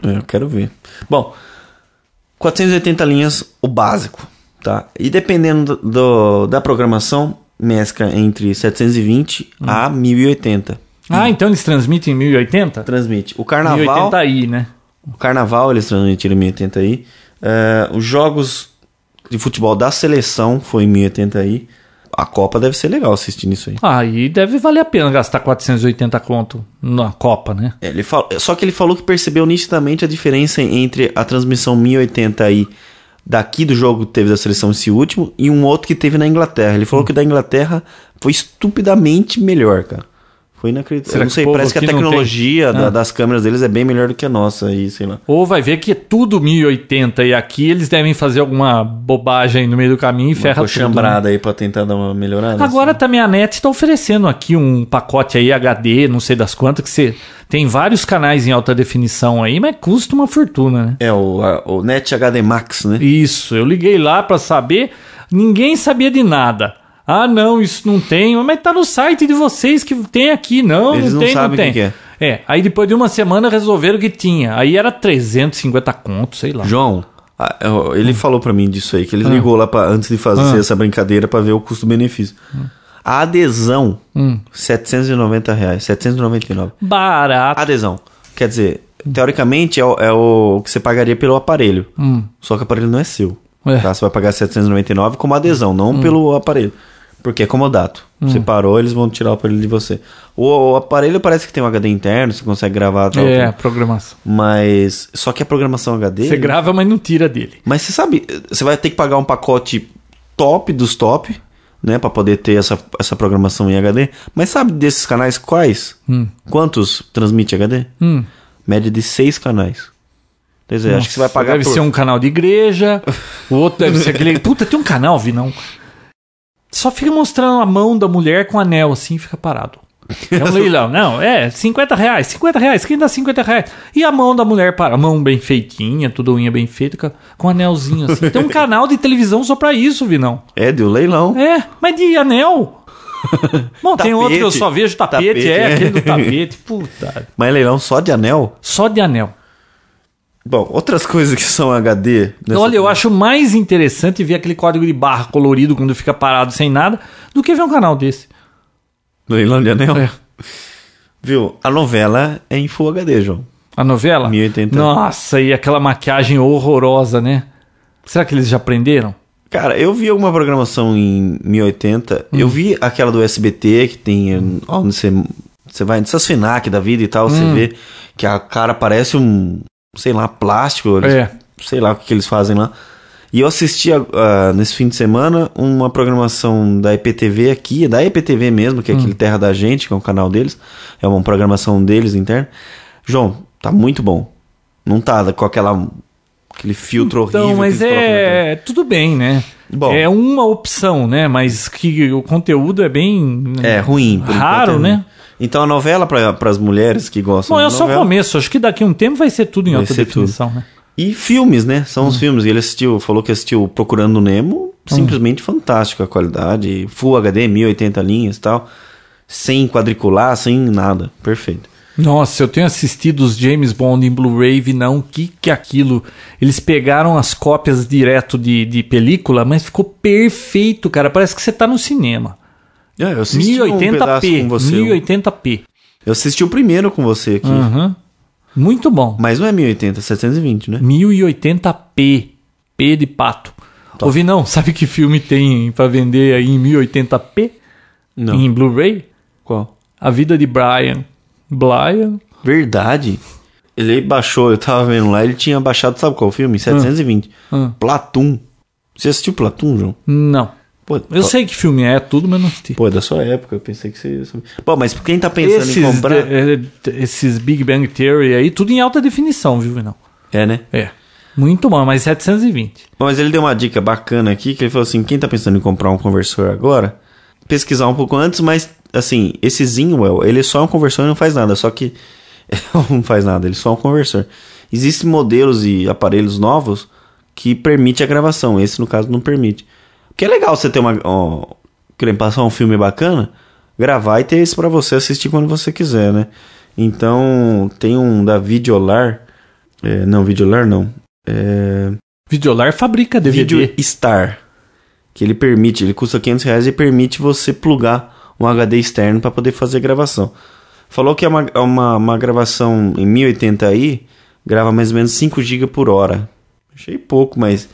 [SPEAKER 2] É, eu quero ver. Bom, 480 linhas, o básico, tá? E dependendo do, do- da programação, mescla entre 720 a 1080.
[SPEAKER 1] Ah, então eles transmitem em 1080?
[SPEAKER 2] Transmite. O carnaval,
[SPEAKER 1] 1080i, né?
[SPEAKER 2] o carnaval eles transmitiram em 1080 aí. É, os jogos de futebol da seleção foi em 1080 aí. A Copa deve ser legal assistindo isso aí.
[SPEAKER 1] Aí deve valer a pena gastar 480 conto na Copa, né?
[SPEAKER 2] É, Ele fal- Só que ele falou que percebeu nitidamente a diferença entre a transmissão 1080i daqui do jogo que teve da seleção esse último e um outro que teve na Inglaterra. Ele
[SPEAKER 1] Hum.
[SPEAKER 2] falou que o da Inglaterra foi estupidamente melhor, cara. Foi inacreditável.
[SPEAKER 1] Será
[SPEAKER 2] Eu não
[SPEAKER 1] que o
[SPEAKER 2] sei,
[SPEAKER 1] povo
[SPEAKER 2] parece que a
[SPEAKER 1] aqui não tem?
[SPEAKER 2] tecnologia da-
[SPEAKER 1] Ah.
[SPEAKER 2] das câmeras deles é bem melhor do que a nossa aí, sei lá.
[SPEAKER 1] Ou vai ver que é tudo 1080 e aqui eles devem fazer alguma bobagem no meio do caminho e ferra
[SPEAKER 2] Uma
[SPEAKER 1] tudo. né?
[SPEAKER 2] chambrada né? aí pra tentar dar uma melhorada.
[SPEAKER 1] Agora também a NET está oferecendo aqui um pacote aí HD, não sei das quantas, que você tem vários canais em alta definição aí, mas custa uma fortuna, né?
[SPEAKER 2] assim. É o, a- o Net HD Max, né?
[SPEAKER 1] Isso, eu liguei lá para saber, ninguém sabia de nada. Ah, não, isso não tem, mas tá no site de vocês que tem aqui, não,
[SPEAKER 2] Eles
[SPEAKER 1] não
[SPEAKER 2] não
[SPEAKER 1] tem, não
[SPEAKER 2] sabem
[SPEAKER 1] tem.
[SPEAKER 2] o que
[SPEAKER 1] é, aí depois de uma semana resolveram que tinha. Aí era 350 contos, sei lá.
[SPEAKER 2] João, a- eu- Ah,
[SPEAKER 1] Hum.
[SPEAKER 2] é, ele falou pra mim disso aí, que ele
[SPEAKER 1] Ah.
[SPEAKER 2] ligou lá pra, antes de fazer essa brincadeira pra ver o custo-benefício.
[SPEAKER 1] Hum.
[SPEAKER 2] A adesão, 790 reais, 799.
[SPEAKER 1] Barato.
[SPEAKER 2] Adesão, quer dizer,
[SPEAKER 1] Hum.
[SPEAKER 2] teoricamente é o, é o que você pagaria pelo aparelho, só que o aparelho não é seu.
[SPEAKER 1] Hum. É. Hum.
[SPEAKER 2] Tá? Você vai pagar 799 como adesão, não pelo aparelho, porque é comodato. Você parou, eles vão tirar o aparelho de você. O, o aparelho parece que tem um HD interno, você consegue gravar tal,
[SPEAKER 1] É,
[SPEAKER 2] tal.
[SPEAKER 1] programação.
[SPEAKER 2] mas só que a programação HD...
[SPEAKER 1] Você grava, mas não tira dele.
[SPEAKER 2] Mas você sabe, você vai ter que pagar um pacote top dos top, né? Pra poder ter essa, essa programação em HD. Mas sabe desses canais quais?
[SPEAKER 1] Hum.
[SPEAKER 2] Quantos transmite HD? Média de seis canais. Quer dizer, acho que Hum. você vai
[SPEAKER 1] Nossa,
[SPEAKER 2] pagar
[SPEAKER 1] Deve
[SPEAKER 2] por...
[SPEAKER 1] ser um canal de igreja, o outro deve ser aquele. Puta, tem um canal, vi não. Só fica mostrando a mão da mulher com anel assim e fica parado. É um leilão. Não, é 50 reais, 50 reais, quem dá 50 reais? E a mão da mulher para, a mão bem feitinha, tudo unha bem feita, com- com anelzinho assim. Tem um canal de televisão só pra isso, Vinão.
[SPEAKER 2] É, deu leilão.
[SPEAKER 1] É, mas de anel? Bom, tem outro que eu
[SPEAKER 2] Tapete.
[SPEAKER 1] só vejo tapete,
[SPEAKER 2] Tapete,
[SPEAKER 1] é,
[SPEAKER 2] é.
[SPEAKER 1] aquele do tapete. Puta,
[SPEAKER 2] Mas leilão só de anel?
[SPEAKER 1] só de anel.
[SPEAKER 2] Bom, outras coisas que são HD... nessa-
[SPEAKER 1] Então, Olha, eu acho mais interessante ver aquele código de barra colorido quando fica parado sem nada do que ver um canal desse.
[SPEAKER 2] Leilão de anel?
[SPEAKER 1] É.
[SPEAKER 2] Viu? A novela é em Full HD, João.
[SPEAKER 1] A novela?
[SPEAKER 2] 1080.
[SPEAKER 1] Nossa, e aquela maquiagem horrorosa, né? Será que eles já aprenderam?
[SPEAKER 2] Cara, eu vi alguma programação em 1080.
[SPEAKER 1] Hum.
[SPEAKER 2] Eu vi aquela do SBT que tem eh, onde você, você vai nessas FINAC da vida e tal,
[SPEAKER 1] Hum.
[SPEAKER 2] você vê que a cara parece um, sei lá, plástico, eles-
[SPEAKER 1] É.
[SPEAKER 2] sei lá o que, que eles fazem lá. E eu assisti ah, nesse fim de semana uma programação da IPTV aqui, da IPTV mesmo, que é
[SPEAKER 1] Hum.
[SPEAKER 2] aquele Terra da Gente, que é um canal deles, é uma programação deles interna. João, tá muito bom. Não tá com aquela aquele filtro horrível.
[SPEAKER 1] Então,
[SPEAKER 2] que
[SPEAKER 1] mas
[SPEAKER 2] eles colocam na tela.
[SPEAKER 1] é. Tudo bem, né?
[SPEAKER 2] Bom.
[SPEAKER 1] É uma opção, né? Mas que o conteúdo é bem.
[SPEAKER 2] É, ruim. por
[SPEAKER 1] Raro,
[SPEAKER 2] enquanto é
[SPEAKER 1] né?
[SPEAKER 2] ruim. Então a novela para as mulheres que gostam
[SPEAKER 1] Bom, é
[SPEAKER 2] de
[SPEAKER 1] só o
[SPEAKER 2] novela.
[SPEAKER 1] começo. Acho que daqui a um tempo vai ser tudo em
[SPEAKER 2] Vai
[SPEAKER 1] alta
[SPEAKER 2] ser
[SPEAKER 1] definição, né?
[SPEAKER 2] E filmes, né? São
[SPEAKER 1] Hum.
[SPEAKER 2] os filmes. Ele assistiu, falou que assistiu Procurando Nemo. Simplesmente fantástico a qualidade. Full HD, 1080 linhas e tal. Sem quadricular, sem nada. Perfeito.
[SPEAKER 1] Nossa, eu tenho assistido os James Bond em Blu-ray e não, que que é aquilo? Eles pegaram as cópias direto de, de película, mas ficou perfeito, cara. Parece que você tá no cinema.
[SPEAKER 2] É, eu assisti um pedaço
[SPEAKER 1] 1080p,
[SPEAKER 2] com você.
[SPEAKER 1] 1080p.
[SPEAKER 2] Eu assisti o primeiro com você aqui.
[SPEAKER 1] Aham. Muito bom.
[SPEAKER 2] Mas não é 1080, é 720,
[SPEAKER 1] Hum.
[SPEAKER 2] né?
[SPEAKER 1] 1080p. P de pato. Ô, Vinão, sabe que filme tem pra vender aí em 1080p?
[SPEAKER 2] Não.
[SPEAKER 1] Em Blu-ray?
[SPEAKER 2] Qual?
[SPEAKER 1] A Vida de Brian. Brian?
[SPEAKER 2] Verdade. Ele baixou, eu tava vendo lá, ele tinha
[SPEAKER 1] Ah.
[SPEAKER 2] baixado, sabe qual filme? 720.
[SPEAKER 1] Hum.
[SPEAKER 2] Platum. Você assistiu Platum, João?
[SPEAKER 1] Não.
[SPEAKER 2] Pô,
[SPEAKER 1] Eu sei que filme é tudo, mas não assisti.
[SPEAKER 2] Pô, é da sua época, eu pensei que você sabia. Pô, mas quem tá pensando em comprar.
[SPEAKER 1] de- eh, esses Big Bang Theory aí, tudo em alta definição, viu, não?
[SPEAKER 2] É, né?
[SPEAKER 1] É. Muito bom, mas 720.
[SPEAKER 2] Bom, Mas ele deu uma dica bacana aqui, que ele falou assim, quem tá pensando em comprar um conversor agora, pesquisar um pouco antes, mas, assim, esse Zinwell, ele só é um conversor e não faz nada, só que... não faz nada, ele só é um conversor. Existem modelos e aparelhos novos que permite a gravação, esse no caso não permite. Porque é legal você ter uma... ó, querer passar um filme bacana, gravar e ter esse pra você assistir quando você quiser, né? Então, tem um da Videolar... É, não, Videolar não. É...
[SPEAKER 1] Videolar fabrica DVD.
[SPEAKER 2] Video Star. Que ele permite, ele custa 500 reais e permite você plugar um HD externo para poder fazer gravação. Falou que é uma, é uma, uma gravação em 1080i, grava mais ou menos 5 GB por hora. Achei pouco, mas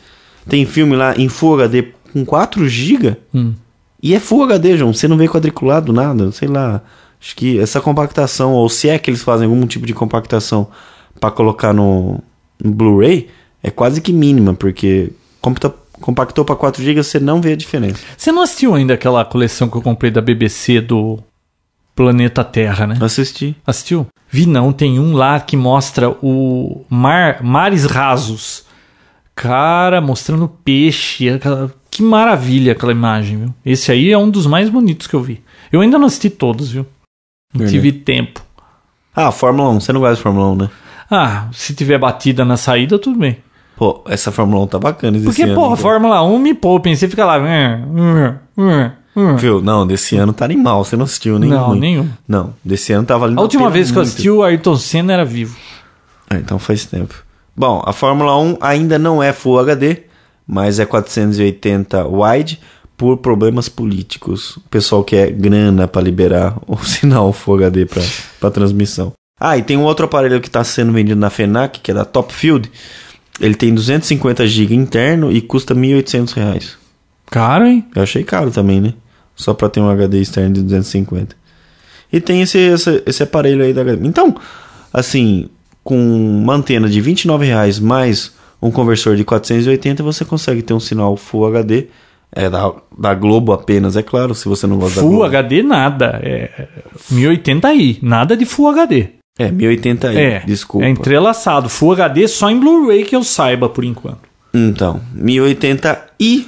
[SPEAKER 2] tem filme lá em Full HD com 4 GB
[SPEAKER 1] Hum.
[SPEAKER 2] e é Full HD, João. Você não vê quadriculado nada, sei lá. Acho que essa compactação, ou se é que eles fazem algum tipo de compactação pra colocar no, no Blu-ray, é quase que mínima, porque computa- compactou pra 4 GB, você não vê a diferença.
[SPEAKER 1] Você não assistiu ainda aquela coleção que eu comprei da BBC do Planeta Terra, né?
[SPEAKER 2] Eu Assisti.
[SPEAKER 1] Assistiu? Vi não, tem um lá que mostra o mar, mares rasos. Cara, mostrando peixe. aquela- que maravilha aquela imagem, viu? Esse aí é um dos mais bonitos que eu vi. Eu ainda não assisti todos, viu? Não
[SPEAKER 2] Verdade.
[SPEAKER 1] tive tempo.
[SPEAKER 2] Ah, Fórmula 1. Você não gosta de Fórmula 1, né?
[SPEAKER 1] Ah, se tiver batida na saída, tudo bem.
[SPEAKER 2] Pô, essa Fórmula 1 tá bacana. desse
[SPEAKER 1] Porque,
[SPEAKER 2] ano,
[SPEAKER 1] porra,
[SPEAKER 2] hein, cara?
[SPEAKER 1] Fórmula 1 me poupem. Você fica lá. "Hum, hum, hum, hum".
[SPEAKER 2] Viu? Não, desse ano tá animal. Você não assistiu nenhum.
[SPEAKER 1] Não, nenhum.
[SPEAKER 2] Não, desse ano tá valendo
[SPEAKER 1] A última
[SPEAKER 2] pena
[SPEAKER 1] vez que eu
[SPEAKER 2] muito.
[SPEAKER 1] assisti, o Ayrton Senna era vivo.
[SPEAKER 2] Ah, então faz tempo. Bom, a Fórmula 1 ainda não é Full HD, mas é 480 wide por problemas políticos. O pessoal quer grana para liberar o sinal Full HD para transmissão. Ah, e tem um outro aparelho que está sendo vendido na FENAC, que é da Topfield. Ele tem 250 GB interno e custa R$ 1.800. reais.
[SPEAKER 1] Caro, hein?
[SPEAKER 2] Eu achei caro também, né? Só pra ter um HD externo de 250. E tem esse, esse, esse aparelho aí da HDMI. Então, assim, com uma antena de R$ 29 reais mais um conversor de 480, você consegue ter um sinal Full HD. É da, da Globo apenas, é claro, se você não gosta da
[SPEAKER 1] Full
[SPEAKER 2] Globo.
[SPEAKER 1] HD nada. É 1080i. Nada de Full HD.
[SPEAKER 2] É, 1080 aí,
[SPEAKER 1] é.
[SPEAKER 2] desculpa.
[SPEAKER 1] É entrelaçado. Full HD só em Blu-ray que eu saiba por enquanto.
[SPEAKER 2] Então, 1080i,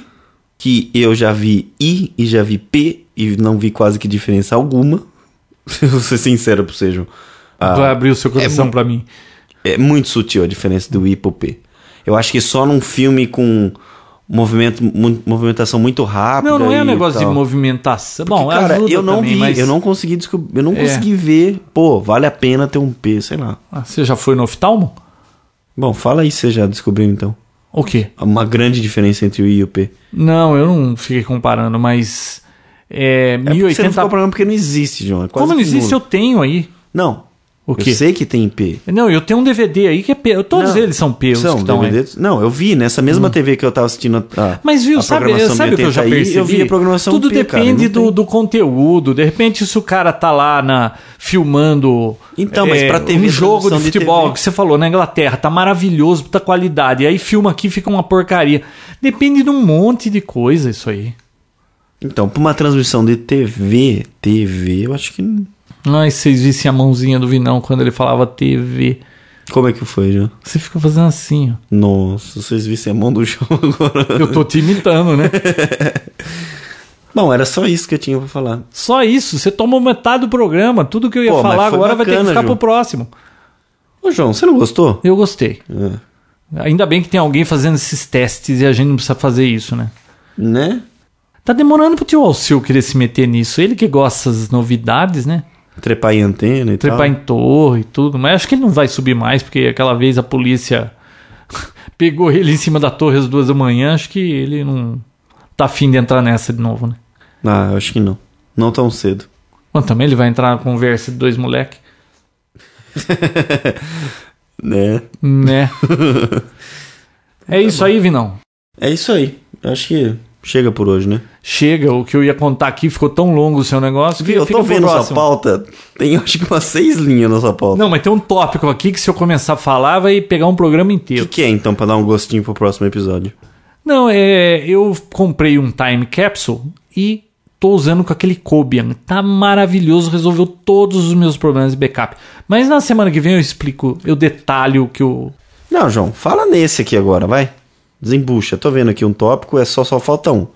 [SPEAKER 2] que eu já vi i e já vi p, e não vi quase que diferença alguma. Se eu ser sincero pra vocês, João. Ah,
[SPEAKER 1] Vai abrir o seu coração pra mim.
[SPEAKER 2] É muito sutil a diferença do I pro P. Eu acho que só num filme com movimento, mu- movimentação muito rápida.
[SPEAKER 1] Não, não é
[SPEAKER 2] e
[SPEAKER 1] um negócio de
[SPEAKER 2] tal.
[SPEAKER 1] movimentação.
[SPEAKER 2] Porque,
[SPEAKER 1] Bom,
[SPEAKER 2] cara,
[SPEAKER 1] ajuda
[SPEAKER 2] eu não
[SPEAKER 1] também,
[SPEAKER 2] vi,
[SPEAKER 1] mas...
[SPEAKER 2] eu não consegui descobrir, eu não
[SPEAKER 1] É.
[SPEAKER 2] consegui ver. Pô, vale a pena ter um P, sei lá.
[SPEAKER 1] Ah, você já foi no oftalmo?
[SPEAKER 2] Bom, fala aí se você já descobriu então.
[SPEAKER 1] O quê?
[SPEAKER 2] Uma grande diferença entre o I e o P. É
[SPEAKER 1] Não, eu não fiquei comparando, mas... É,
[SPEAKER 2] É porque Você não
[SPEAKER 1] 1080...
[SPEAKER 2] ficou problema porque não existe, João. É quase
[SPEAKER 1] Como não
[SPEAKER 2] que
[SPEAKER 1] existe, eu
[SPEAKER 2] nulo.
[SPEAKER 1] tenho aí.
[SPEAKER 2] Não.
[SPEAKER 1] O quê?
[SPEAKER 2] Eu sei que tem P.
[SPEAKER 1] Não, eu tenho um DVD aí que é P. Eu- Todos
[SPEAKER 2] Não.
[SPEAKER 1] eles são P. os
[SPEAKER 2] São,
[SPEAKER 1] que estão aí. Hum.
[SPEAKER 2] DVD Não, eu vi nessa mesma TV que eu tava assistindo a, a-
[SPEAKER 1] Mas viu,
[SPEAKER 2] a
[SPEAKER 1] sabe,
[SPEAKER 2] programação
[SPEAKER 1] sabe o que eu já
[SPEAKER 2] 1080i,
[SPEAKER 1] percebi?
[SPEAKER 2] Eu vi a programação
[SPEAKER 1] Tudo
[SPEAKER 2] P, cara, não
[SPEAKER 1] depende do,
[SPEAKER 2] tem.
[SPEAKER 1] do conteúdo. De repente, se o cara tá lá na, filmando
[SPEAKER 2] Então, mas pra TV,
[SPEAKER 1] um jogo de
[SPEAKER 2] transmissão de
[SPEAKER 1] futebol
[SPEAKER 2] TV.
[SPEAKER 1] que você falou na Inglaterra, tá maravilhoso, puta qualidade. Aí filma aqui, fica uma porcaria. Depende de um monte de coisa isso aí.
[SPEAKER 2] Então, pra uma transmissão de TV, TV, eu acho que.
[SPEAKER 1] Ai, vocês vissem a mãozinha do Vinão quando ele falava TV.
[SPEAKER 2] Como é que foi, João?
[SPEAKER 1] Você fica fazendo assim, ó.
[SPEAKER 2] Nossa, vocês vissem a mão do João agora.
[SPEAKER 1] Eu tô te imitando, né?
[SPEAKER 2] Bom, era só isso que eu tinha pra falar.
[SPEAKER 1] Só isso, você tomou metade do programa. Tudo que eu ia
[SPEAKER 2] Pô, mas
[SPEAKER 1] falar
[SPEAKER 2] foi
[SPEAKER 1] agora vai ter que
[SPEAKER 2] bacana,
[SPEAKER 1] ficar
[SPEAKER 2] Ju.
[SPEAKER 1] pro próximo.
[SPEAKER 2] Ô, João, você não gostou?
[SPEAKER 1] Eu gostei.
[SPEAKER 2] É.
[SPEAKER 1] Ainda bem que tem alguém fazendo esses testes e a gente não precisa fazer isso, né?
[SPEAKER 2] Né?
[SPEAKER 1] Tá demorando pro tio Alceu querer se meter nisso. Ele que gosta das novidades, né?
[SPEAKER 2] Trepar em antena e
[SPEAKER 1] Trepar
[SPEAKER 2] tal.
[SPEAKER 1] em torre e tudo. Mas acho que ele não vai subir mais, porque aquela vez a polícia pegou ele em cima da torre às duas da manhã. Acho que ele não tá afim de entrar nessa de novo, né?
[SPEAKER 2] Ah, eu acho que não. Não tão cedo.
[SPEAKER 1] Bom, também ele vai entrar na conversa de dois moleque,
[SPEAKER 2] Né?
[SPEAKER 1] né? é isso aí, Vinão.
[SPEAKER 2] É isso aí. Eu acho que chega por hoje, né?
[SPEAKER 1] Chega, o que eu ia contar aqui ficou tão longo o seu negócio. que
[SPEAKER 2] eu
[SPEAKER 1] fica
[SPEAKER 2] tô
[SPEAKER 1] pro
[SPEAKER 2] vendo essa
[SPEAKER 1] próximo.
[SPEAKER 2] pauta. Tem acho que umas seis linhas nessa pauta.
[SPEAKER 1] Não, mas tem um tópico aqui que se eu começar a falar vai pegar um programa
[SPEAKER 2] O que,
[SPEAKER 1] inteiro.
[SPEAKER 2] que é então pra dar um gostinho pro próximo episódio?
[SPEAKER 1] Não, é, eu comprei um time capsule e tô usando com aquele Cobian. Tá maravilhoso, resolveu todos os meus problemas de backup. Mas na semana que vem eu explico, eu detalho o que eu.
[SPEAKER 2] Não, João, fala nesse aqui agora, vai. Desembucha. Tô vendo aqui um tópico, é só só falta um.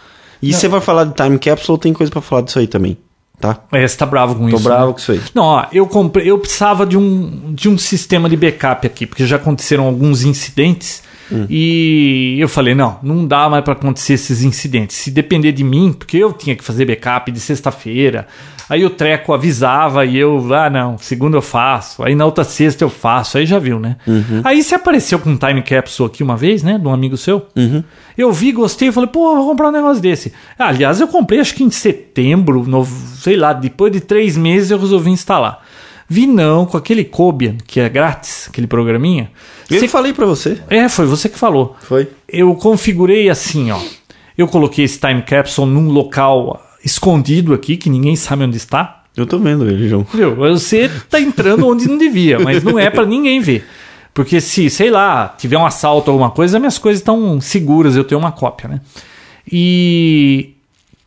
[SPEAKER 2] E você vai falar de time capsule, tem coisa pra falar disso aí também, tá?
[SPEAKER 1] É, você tá bravo com
[SPEAKER 2] Tô
[SPEAKER 1] isso.
[SPEAKER 2] bravo
[SPEAKER 1] né?
[SPEAKER 2] com isso aí.
[SPEAKER 1] Não, ó, eu comprei, eu precisava de um, de um sistema de backup aqui, porque já aconteceram alguns incidentes
[SPEAKER 2] Hum.
[SPEAKER 1] e eu falei, não, não dá mais para acontecer esses incidentes. Se depender de mim, porque eu tinha que fazer backup de sexta-feira. Aí o treco avisava e eu, ah, não, segunda eu faço, aí na outra sexta eu faço, aí já viu, né? Aí você apareceu com um time capsule aqui uma vez, né, de um amigo seu. Eu vi, gostei, falei, pô, vou comprar um negócio desse. Aliás, eu comprei acho que em setembro, no- sei lá, depois de três meses eu resolvi instalar. Vi não, com aquele Cobian, que é grátis, aquele programinha.
[SPEAKER 2] Eu
[SPEAKER 1] Você-
[SPEAKER 2] falei pra você.
[SPEAKER 1] É, foi você que falou.
[SPEAKER 2] Foi?
[SPEAKER 1] Eu configurei assim, ó. Eu coloquei esse time capsule num local escondido aqui, que ninguém sabe onde está.
[SPEAKER 2] Eu tô vendo ele, João.
[SPEAKER 1] Meu, você tá entrando onde não devia, mas não é pra ninguém ver. Porque se, sei lá, tiver um assalto ou alguma coisa, minhas coisas estão seguras, eu tenho uma cópia, né? E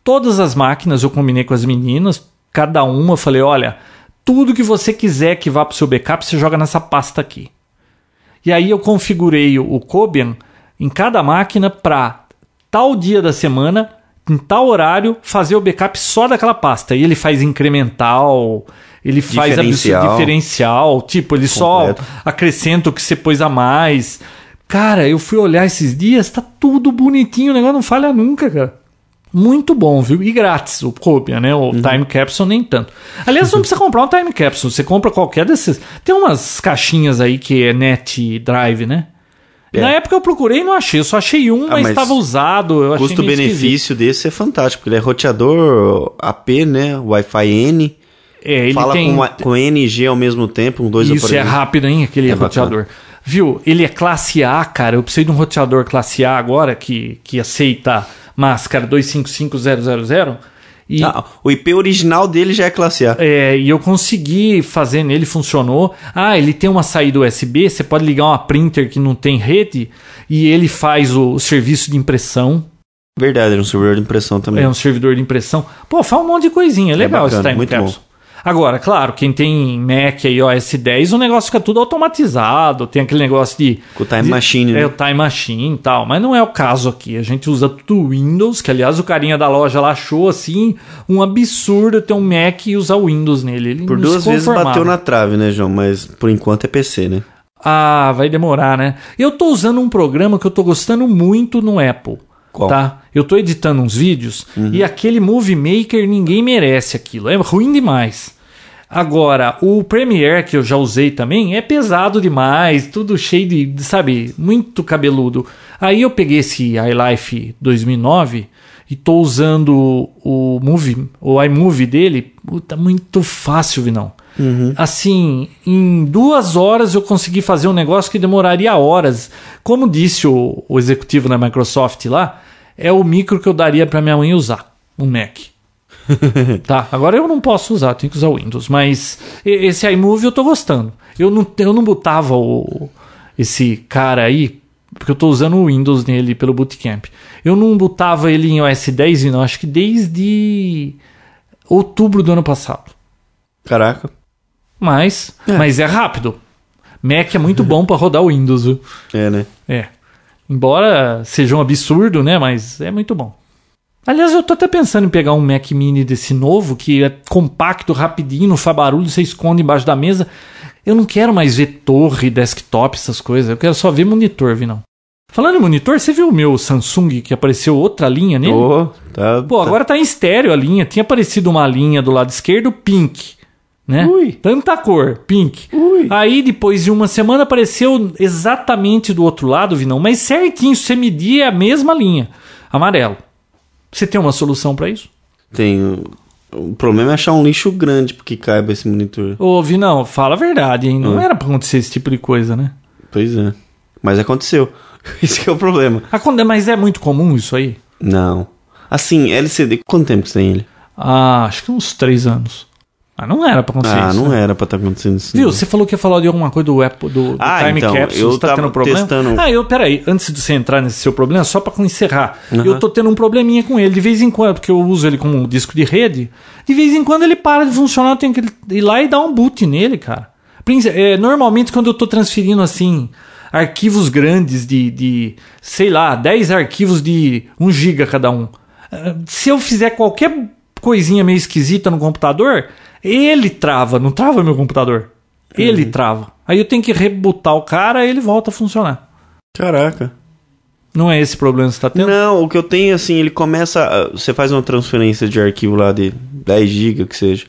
[SPEAKER 1] todas as máquinas eu combinei com as meninas, cada uma eu falei, olha, tudo que você quiser que vá pro seu backup, você joga nessa pasta aqui. E aí eu configurei o o Cobian em cada máquina para tal dia da semana, em tal horário, fazer o backup só daquela pasta. E ele faz incremental, ele faz
[SPEAKER 2] Diferencial.
[SPEAKER 1] absurdo- diferencial, tipo, ele
[SPEAKER 2] Completo.
[SPEAKER 1] só acrescenta o que você pôs a mais. Cara, eu fui olhar esses dias, tá tudo bonitinho, o negócio não falha nunca, cara. Muito bom, viu? E grátis, o Cobian, né?
[SPEAKER 2] Uhum.
[SPEAKER 1] O Time Capsule nem tanto. Aliás, não precisa comprar um Time Capsule, você compra qualquer desses. Tem umas caixinhas aí que é Net Drive, né?
[SPEAKER 2] É. Ah,
[SPEAKER 1] Na época eu procurei e não achei, eu só achei um, mas
[SPEAKER 2] mas
[SPEAKER 1] estava usado. eu achei meio esquisito.
[SPEAKER 2] Custo-benefício desse é fantástico. porque Ele é roteador AP, né? Wi-Fi N.
[SPEAKER 1] É, ele
[SPEAKER 2] fala
[SPEAKER 1] tem...
[SPEAKER 2] com, a- com NG ao mesmo tempo, um dois
[SPEAKER 1] Isso é
[SPEAKER 2] aparelhos.
[SPEAKER 1] rápido, hein? Aquele
[SPEAKER 2] É bacana.
[SPEAKER 1] roteador. Viu? Ele é classe A, cara. Eu precisei de um roteador classe A agora que, que aceita máscara 255000. E,
[SPEAKER 2] Ah, o IP original dele já é classe A.
[SPEAKER 1] é, e eu consegui fazer nele, funcionou. Ah, ele tem uma saída USB, você pode ligar uma printer que não tem rede e ele faz o, o serviço de impressão.
[SPEAKER 2] Verdade, era um servidor de impressão também.
[SPEAKER 1] É um servidor de impressão. Pô, faz um monte de coisinha. Legal
[SPEAKER 2] É bacana,
[SPEAKER 1] esse time
[SPEAKER 2] muito
[SPEAKER 1] capsule. Agora, claro, quem tem Mac e iOS 10, o negócio fica tudo automatizado. Tem aquele negócio de
[SPEAKER 2] Com o Time Machine,
[SPEAKER 1] é
[SPEAKER 2] né?
[SPEAKER 1] o Time Machine e tal, mas não é o caso aqui. A gente usa tudo Windows, que aliás o carinha da loja lá achou assim um absurdo ter um Mac e usar o Windows nele. Ele
[SPEAKER 2] Por
[SPEAKER 1] não
[SPEAKER 2] duas
[SPEAKER 1] se
[SPEAKER 2] vezes
[SPEAKER 1] conformava.
[SPEAKER 2] bateu na trave, né, João? Mas por enquanto é PC, né?
[SPEAKER 1] Ah, vai demorar, né? Eu tô usando um programa que eu tô gostando muito no Apple.
[SPEAKER 2] Qual?
[SPEAKER 1] Tá? Eu tô editando uns vídeos e aquele Movie Maker ninguém merece aquilo. É ruim demais. Agora, o Premiere que eu já usei também é pesado demais, tudo cheio de, de, sabe, muito cabeludo. Aí eu peguei esse iLife 2009 e tô usando o Movie, o iMovie dele. Puta, muito fácil, Vinão. Assim, em duas horas eu consegui fazer um negócio que demoraria horas. Como disse o, o executivo da Microsoft lá, é o micro que eu daria para minha mãe usar, um Mac. tá, agora eu não posso usar, eu tenho que usar o Windows, mas e- esse iMovie eu tô gostando. Eu não, eu não botava o, esse cara aí, porque eu tô usando o Windows nele pelo Bootcamp. Eu não botava ele em OS 10 e não, acho que desde outubro do ano passado.
[SPEAKER 2] Caraca.
[SPEAKER 1] Mas é, mas é rápido. Mac é muito bom pra rodar o Windows. viu?
[SPEAKER 2] É, né?
[SPEAKER 1] É. Embora seja um absurdo, né? Mas é muito bom. Aliás, eu tô até pensando em pegar um Mac Mini desse novo, que é compacto, rapidinho, não faz barulho, você esconde embaixo da mesa. Eu não quero mais ver torre, desktop, essas coisas. Eu quero só ver monitor, vi não. Falando em monitor, você viu o meu Samsung que apareceu outra linha nele?
[SPEAKER 2] Ô, tá,
[SPEAKER 1] Pô,
[SPEAKER 2] tá-
[SPEAKER 1] agora tá em estéreo a linha. Tinha aparecido uma linha do lado esquerdo, pink. Né?
[SPEAKER 2] Ui.
[SPEAKER 1] Tanta cor, pink.
[SPEAKER 2] Ui.
[SPEAKER 1] Aí, depois de uma semana, apareceu exatamente do outro lado, Vinão. Mas certinho, se você medir, é a mesma linha. Amarelo. Você tem uma solução pra isso?
[SPEAKER 2] Tem. o- O problema é achar um lixo grande porque caiba esse monitor.
[SPEAKER 1] Ô, Vinão, fala a verdade, hein? Não
[SPEAKER 2] Hum.
[SPEAKER 1] era pra acontecer esse tipo de coisa, né?
[SPEAKER 2] Pois é. Mas aconteceu. Esse que é o problema.
[SPEAKER 1] Aconte- Mas é muito comum isso aí?
[SPEAKER 2] Não. Assim, LCD, quanto tempo que você tem ele?
[SPEAKER 1] Ah, acho que uns três anos. Mas não era pra acontecer
[SPEAKER 2] Ah,
[SPEAKER 1] isso.
[SPEAKER 2] não
[SPEAKER 1] né?
[SPEAKER 2] era pra estar acontecendo isso.
[SPEAKER 1] Viu,
[SPEAKER 2] não.
[SPEAKER 1] você falou que ia falar de alguma coisa do, Apple, do, do
[SPEAKER 2] Ah,
[SPEAKER 1] Time
[SPEAKER 2] então,
[SPEAKER 1] Capsule,
[SPEAKER 2] eu
[SPEAKER 1] você tá
[SPEAKER 2] tava
[SPEAKER 1] tendo problema?
[SPEAKER 2] testando- um
[SPEAKER 1] Ah, eu, peraí, antes de você entrar nesse seu problema, só pra encerrar,
[SPEAKER 2] Aham.
[SPEAKER 1] eu tô tendo um probleminha com ele de vez em quando, porque eu uso ele como disco de rede, de vez em quando ele para de funcionar, eu tenho que ir lá e dar um boot nele, cara. Prince- é, normalmente quando eu tô transferindo, assim, arquivos grandes de, de, sei lá, 10 arquivos de 1 giga cada um, ah, se eu fizer qualquer coisinha meio esquisita no computador, ele trava, não trava meu computador. Ele trava. Aí eu tenho que rebutar o cara e ele volta a funcionar.
[SPEAKER 2] Caraca.
[SPEAKER 1] Não é esse problema que você está tendo?
[SPEAKER 2] Não, o que eu tenho, assim, ele começa. ah, Você faz uma transferência de arquivo lá de 10 GB, que seja.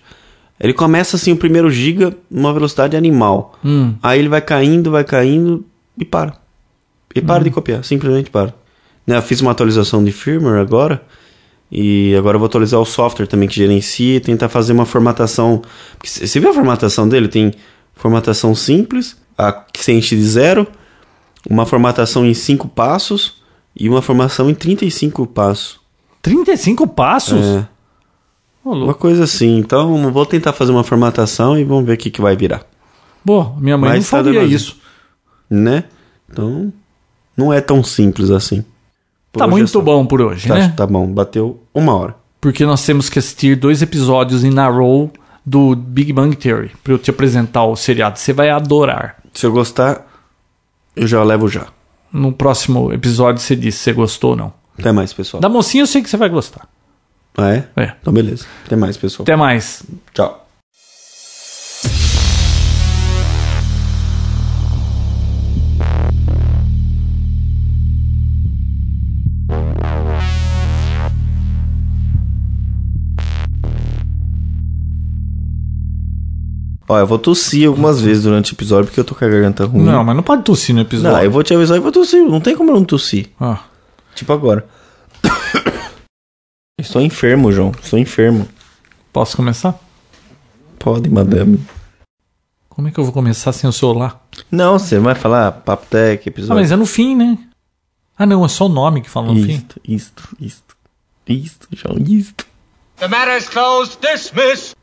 [SPEAKER 2] Ele começa, assim, o primeiro giga numa velocidade animal.
[SPEAKER 1] Hum.
[SPEAKER 2] Aí ele vai caindo, vai caindo e para. E para de copiar, simplesmente para. Né, eu fiz uma atualização de firmware agora. E agora eu vou atualizar o software também que gerencia e tentar fazer uma formatação. Porque c- Você viu a formatação dele? Tem formatação simples, a que você enche de zero, uma formatação em 5 passos e uma formação em 35 passos.
[SPEAKER 1] 35 passos?
[SPEAKER 2] É,
[SPEAKER 1] Ô,
[SPEAKER 2] uma
[SPEAKER 1] louco.
[SPEAKER 2] coisa assim. Então eu vou tentar fazer uma formatação e vamos ver o que, que vai virar.
[SPEAKER 1] Pô, minha mãe
[SPEAKER 2] Mas
[SPEAKER 1] não
[SPEAKER 2] tá
[SPEAKER 1] faria
[SPEAKER 2] dando-
[SPEAKER 1] isso.
[SPEAKER 2] né? Então, não é tão simples assim. Por
[SPEAKER 1] tá
[SPEAKER 2] hoje é
[SPEAKER 1] muito
[SPEAKER 2] só.
[SPEAKER 1] bom por hoje,
[SPEAKER 2] Tá,
[SPEAKER 1] né?
[SPEAKER 2] tá bom, bateu uma hora.
[SPEAKER 1] Porque nós temos que assistir dois episódios em Narrow do Big Bang Theory pra eu te apresentar o seriado. Você vai adorar.
[SPEAKER 2] Se eu gostar, eu já levo já.
[SPEAKER 1] No próximo episódio você diz se você gostou ou não.
[SPEAKER 2] Até mais, pessoal.
[SPEAKER 1] Da mocinha eu sei que você vai gostar.
[SPEAKER 2] Ah, é?
[SPEAKER 1] É.
[SPEAKER 2] Então, beleza. Até mais, pessoal.
[SPEAKER 1] Até mais.
[SPEAKER 2] Tchau. Ó, eu vou tossir algumas vezes durante o episódio porque eu tô com a garganta ruim.
[SPEAKER 1] Não, mas não pode tossir no
[SPEAKER 2] Hum. Não,
[SPEAKER 1] episódio.
[SPEAKER 2] eu vou te avisar e vou tossir. Não tem como eu não tossir.
[SPEAKER 1] Ah.
[SPEAKER 2] Tipo agora. Estou enfermo, João. Estou enfermo.
[SPEAKER 1] Posso começar?
[SPEAKER 2] Pode, madame.
[SPEAKER 1] Como é que eu vou começar sem o celular?
[SPEAKER 2] Não, você vai falar Papo Tech,
[SPEAKER 1] Ah,
[SPEAKER 2] episódio.
[SPEAKER 1] mas é no fim, né? Ah, não, é só o nome que fala no fim.
[SPEAKER 2] isto, isto, isto. Isto, João, isto.
[SPEAKER 3] The matter is closed. Dismiss.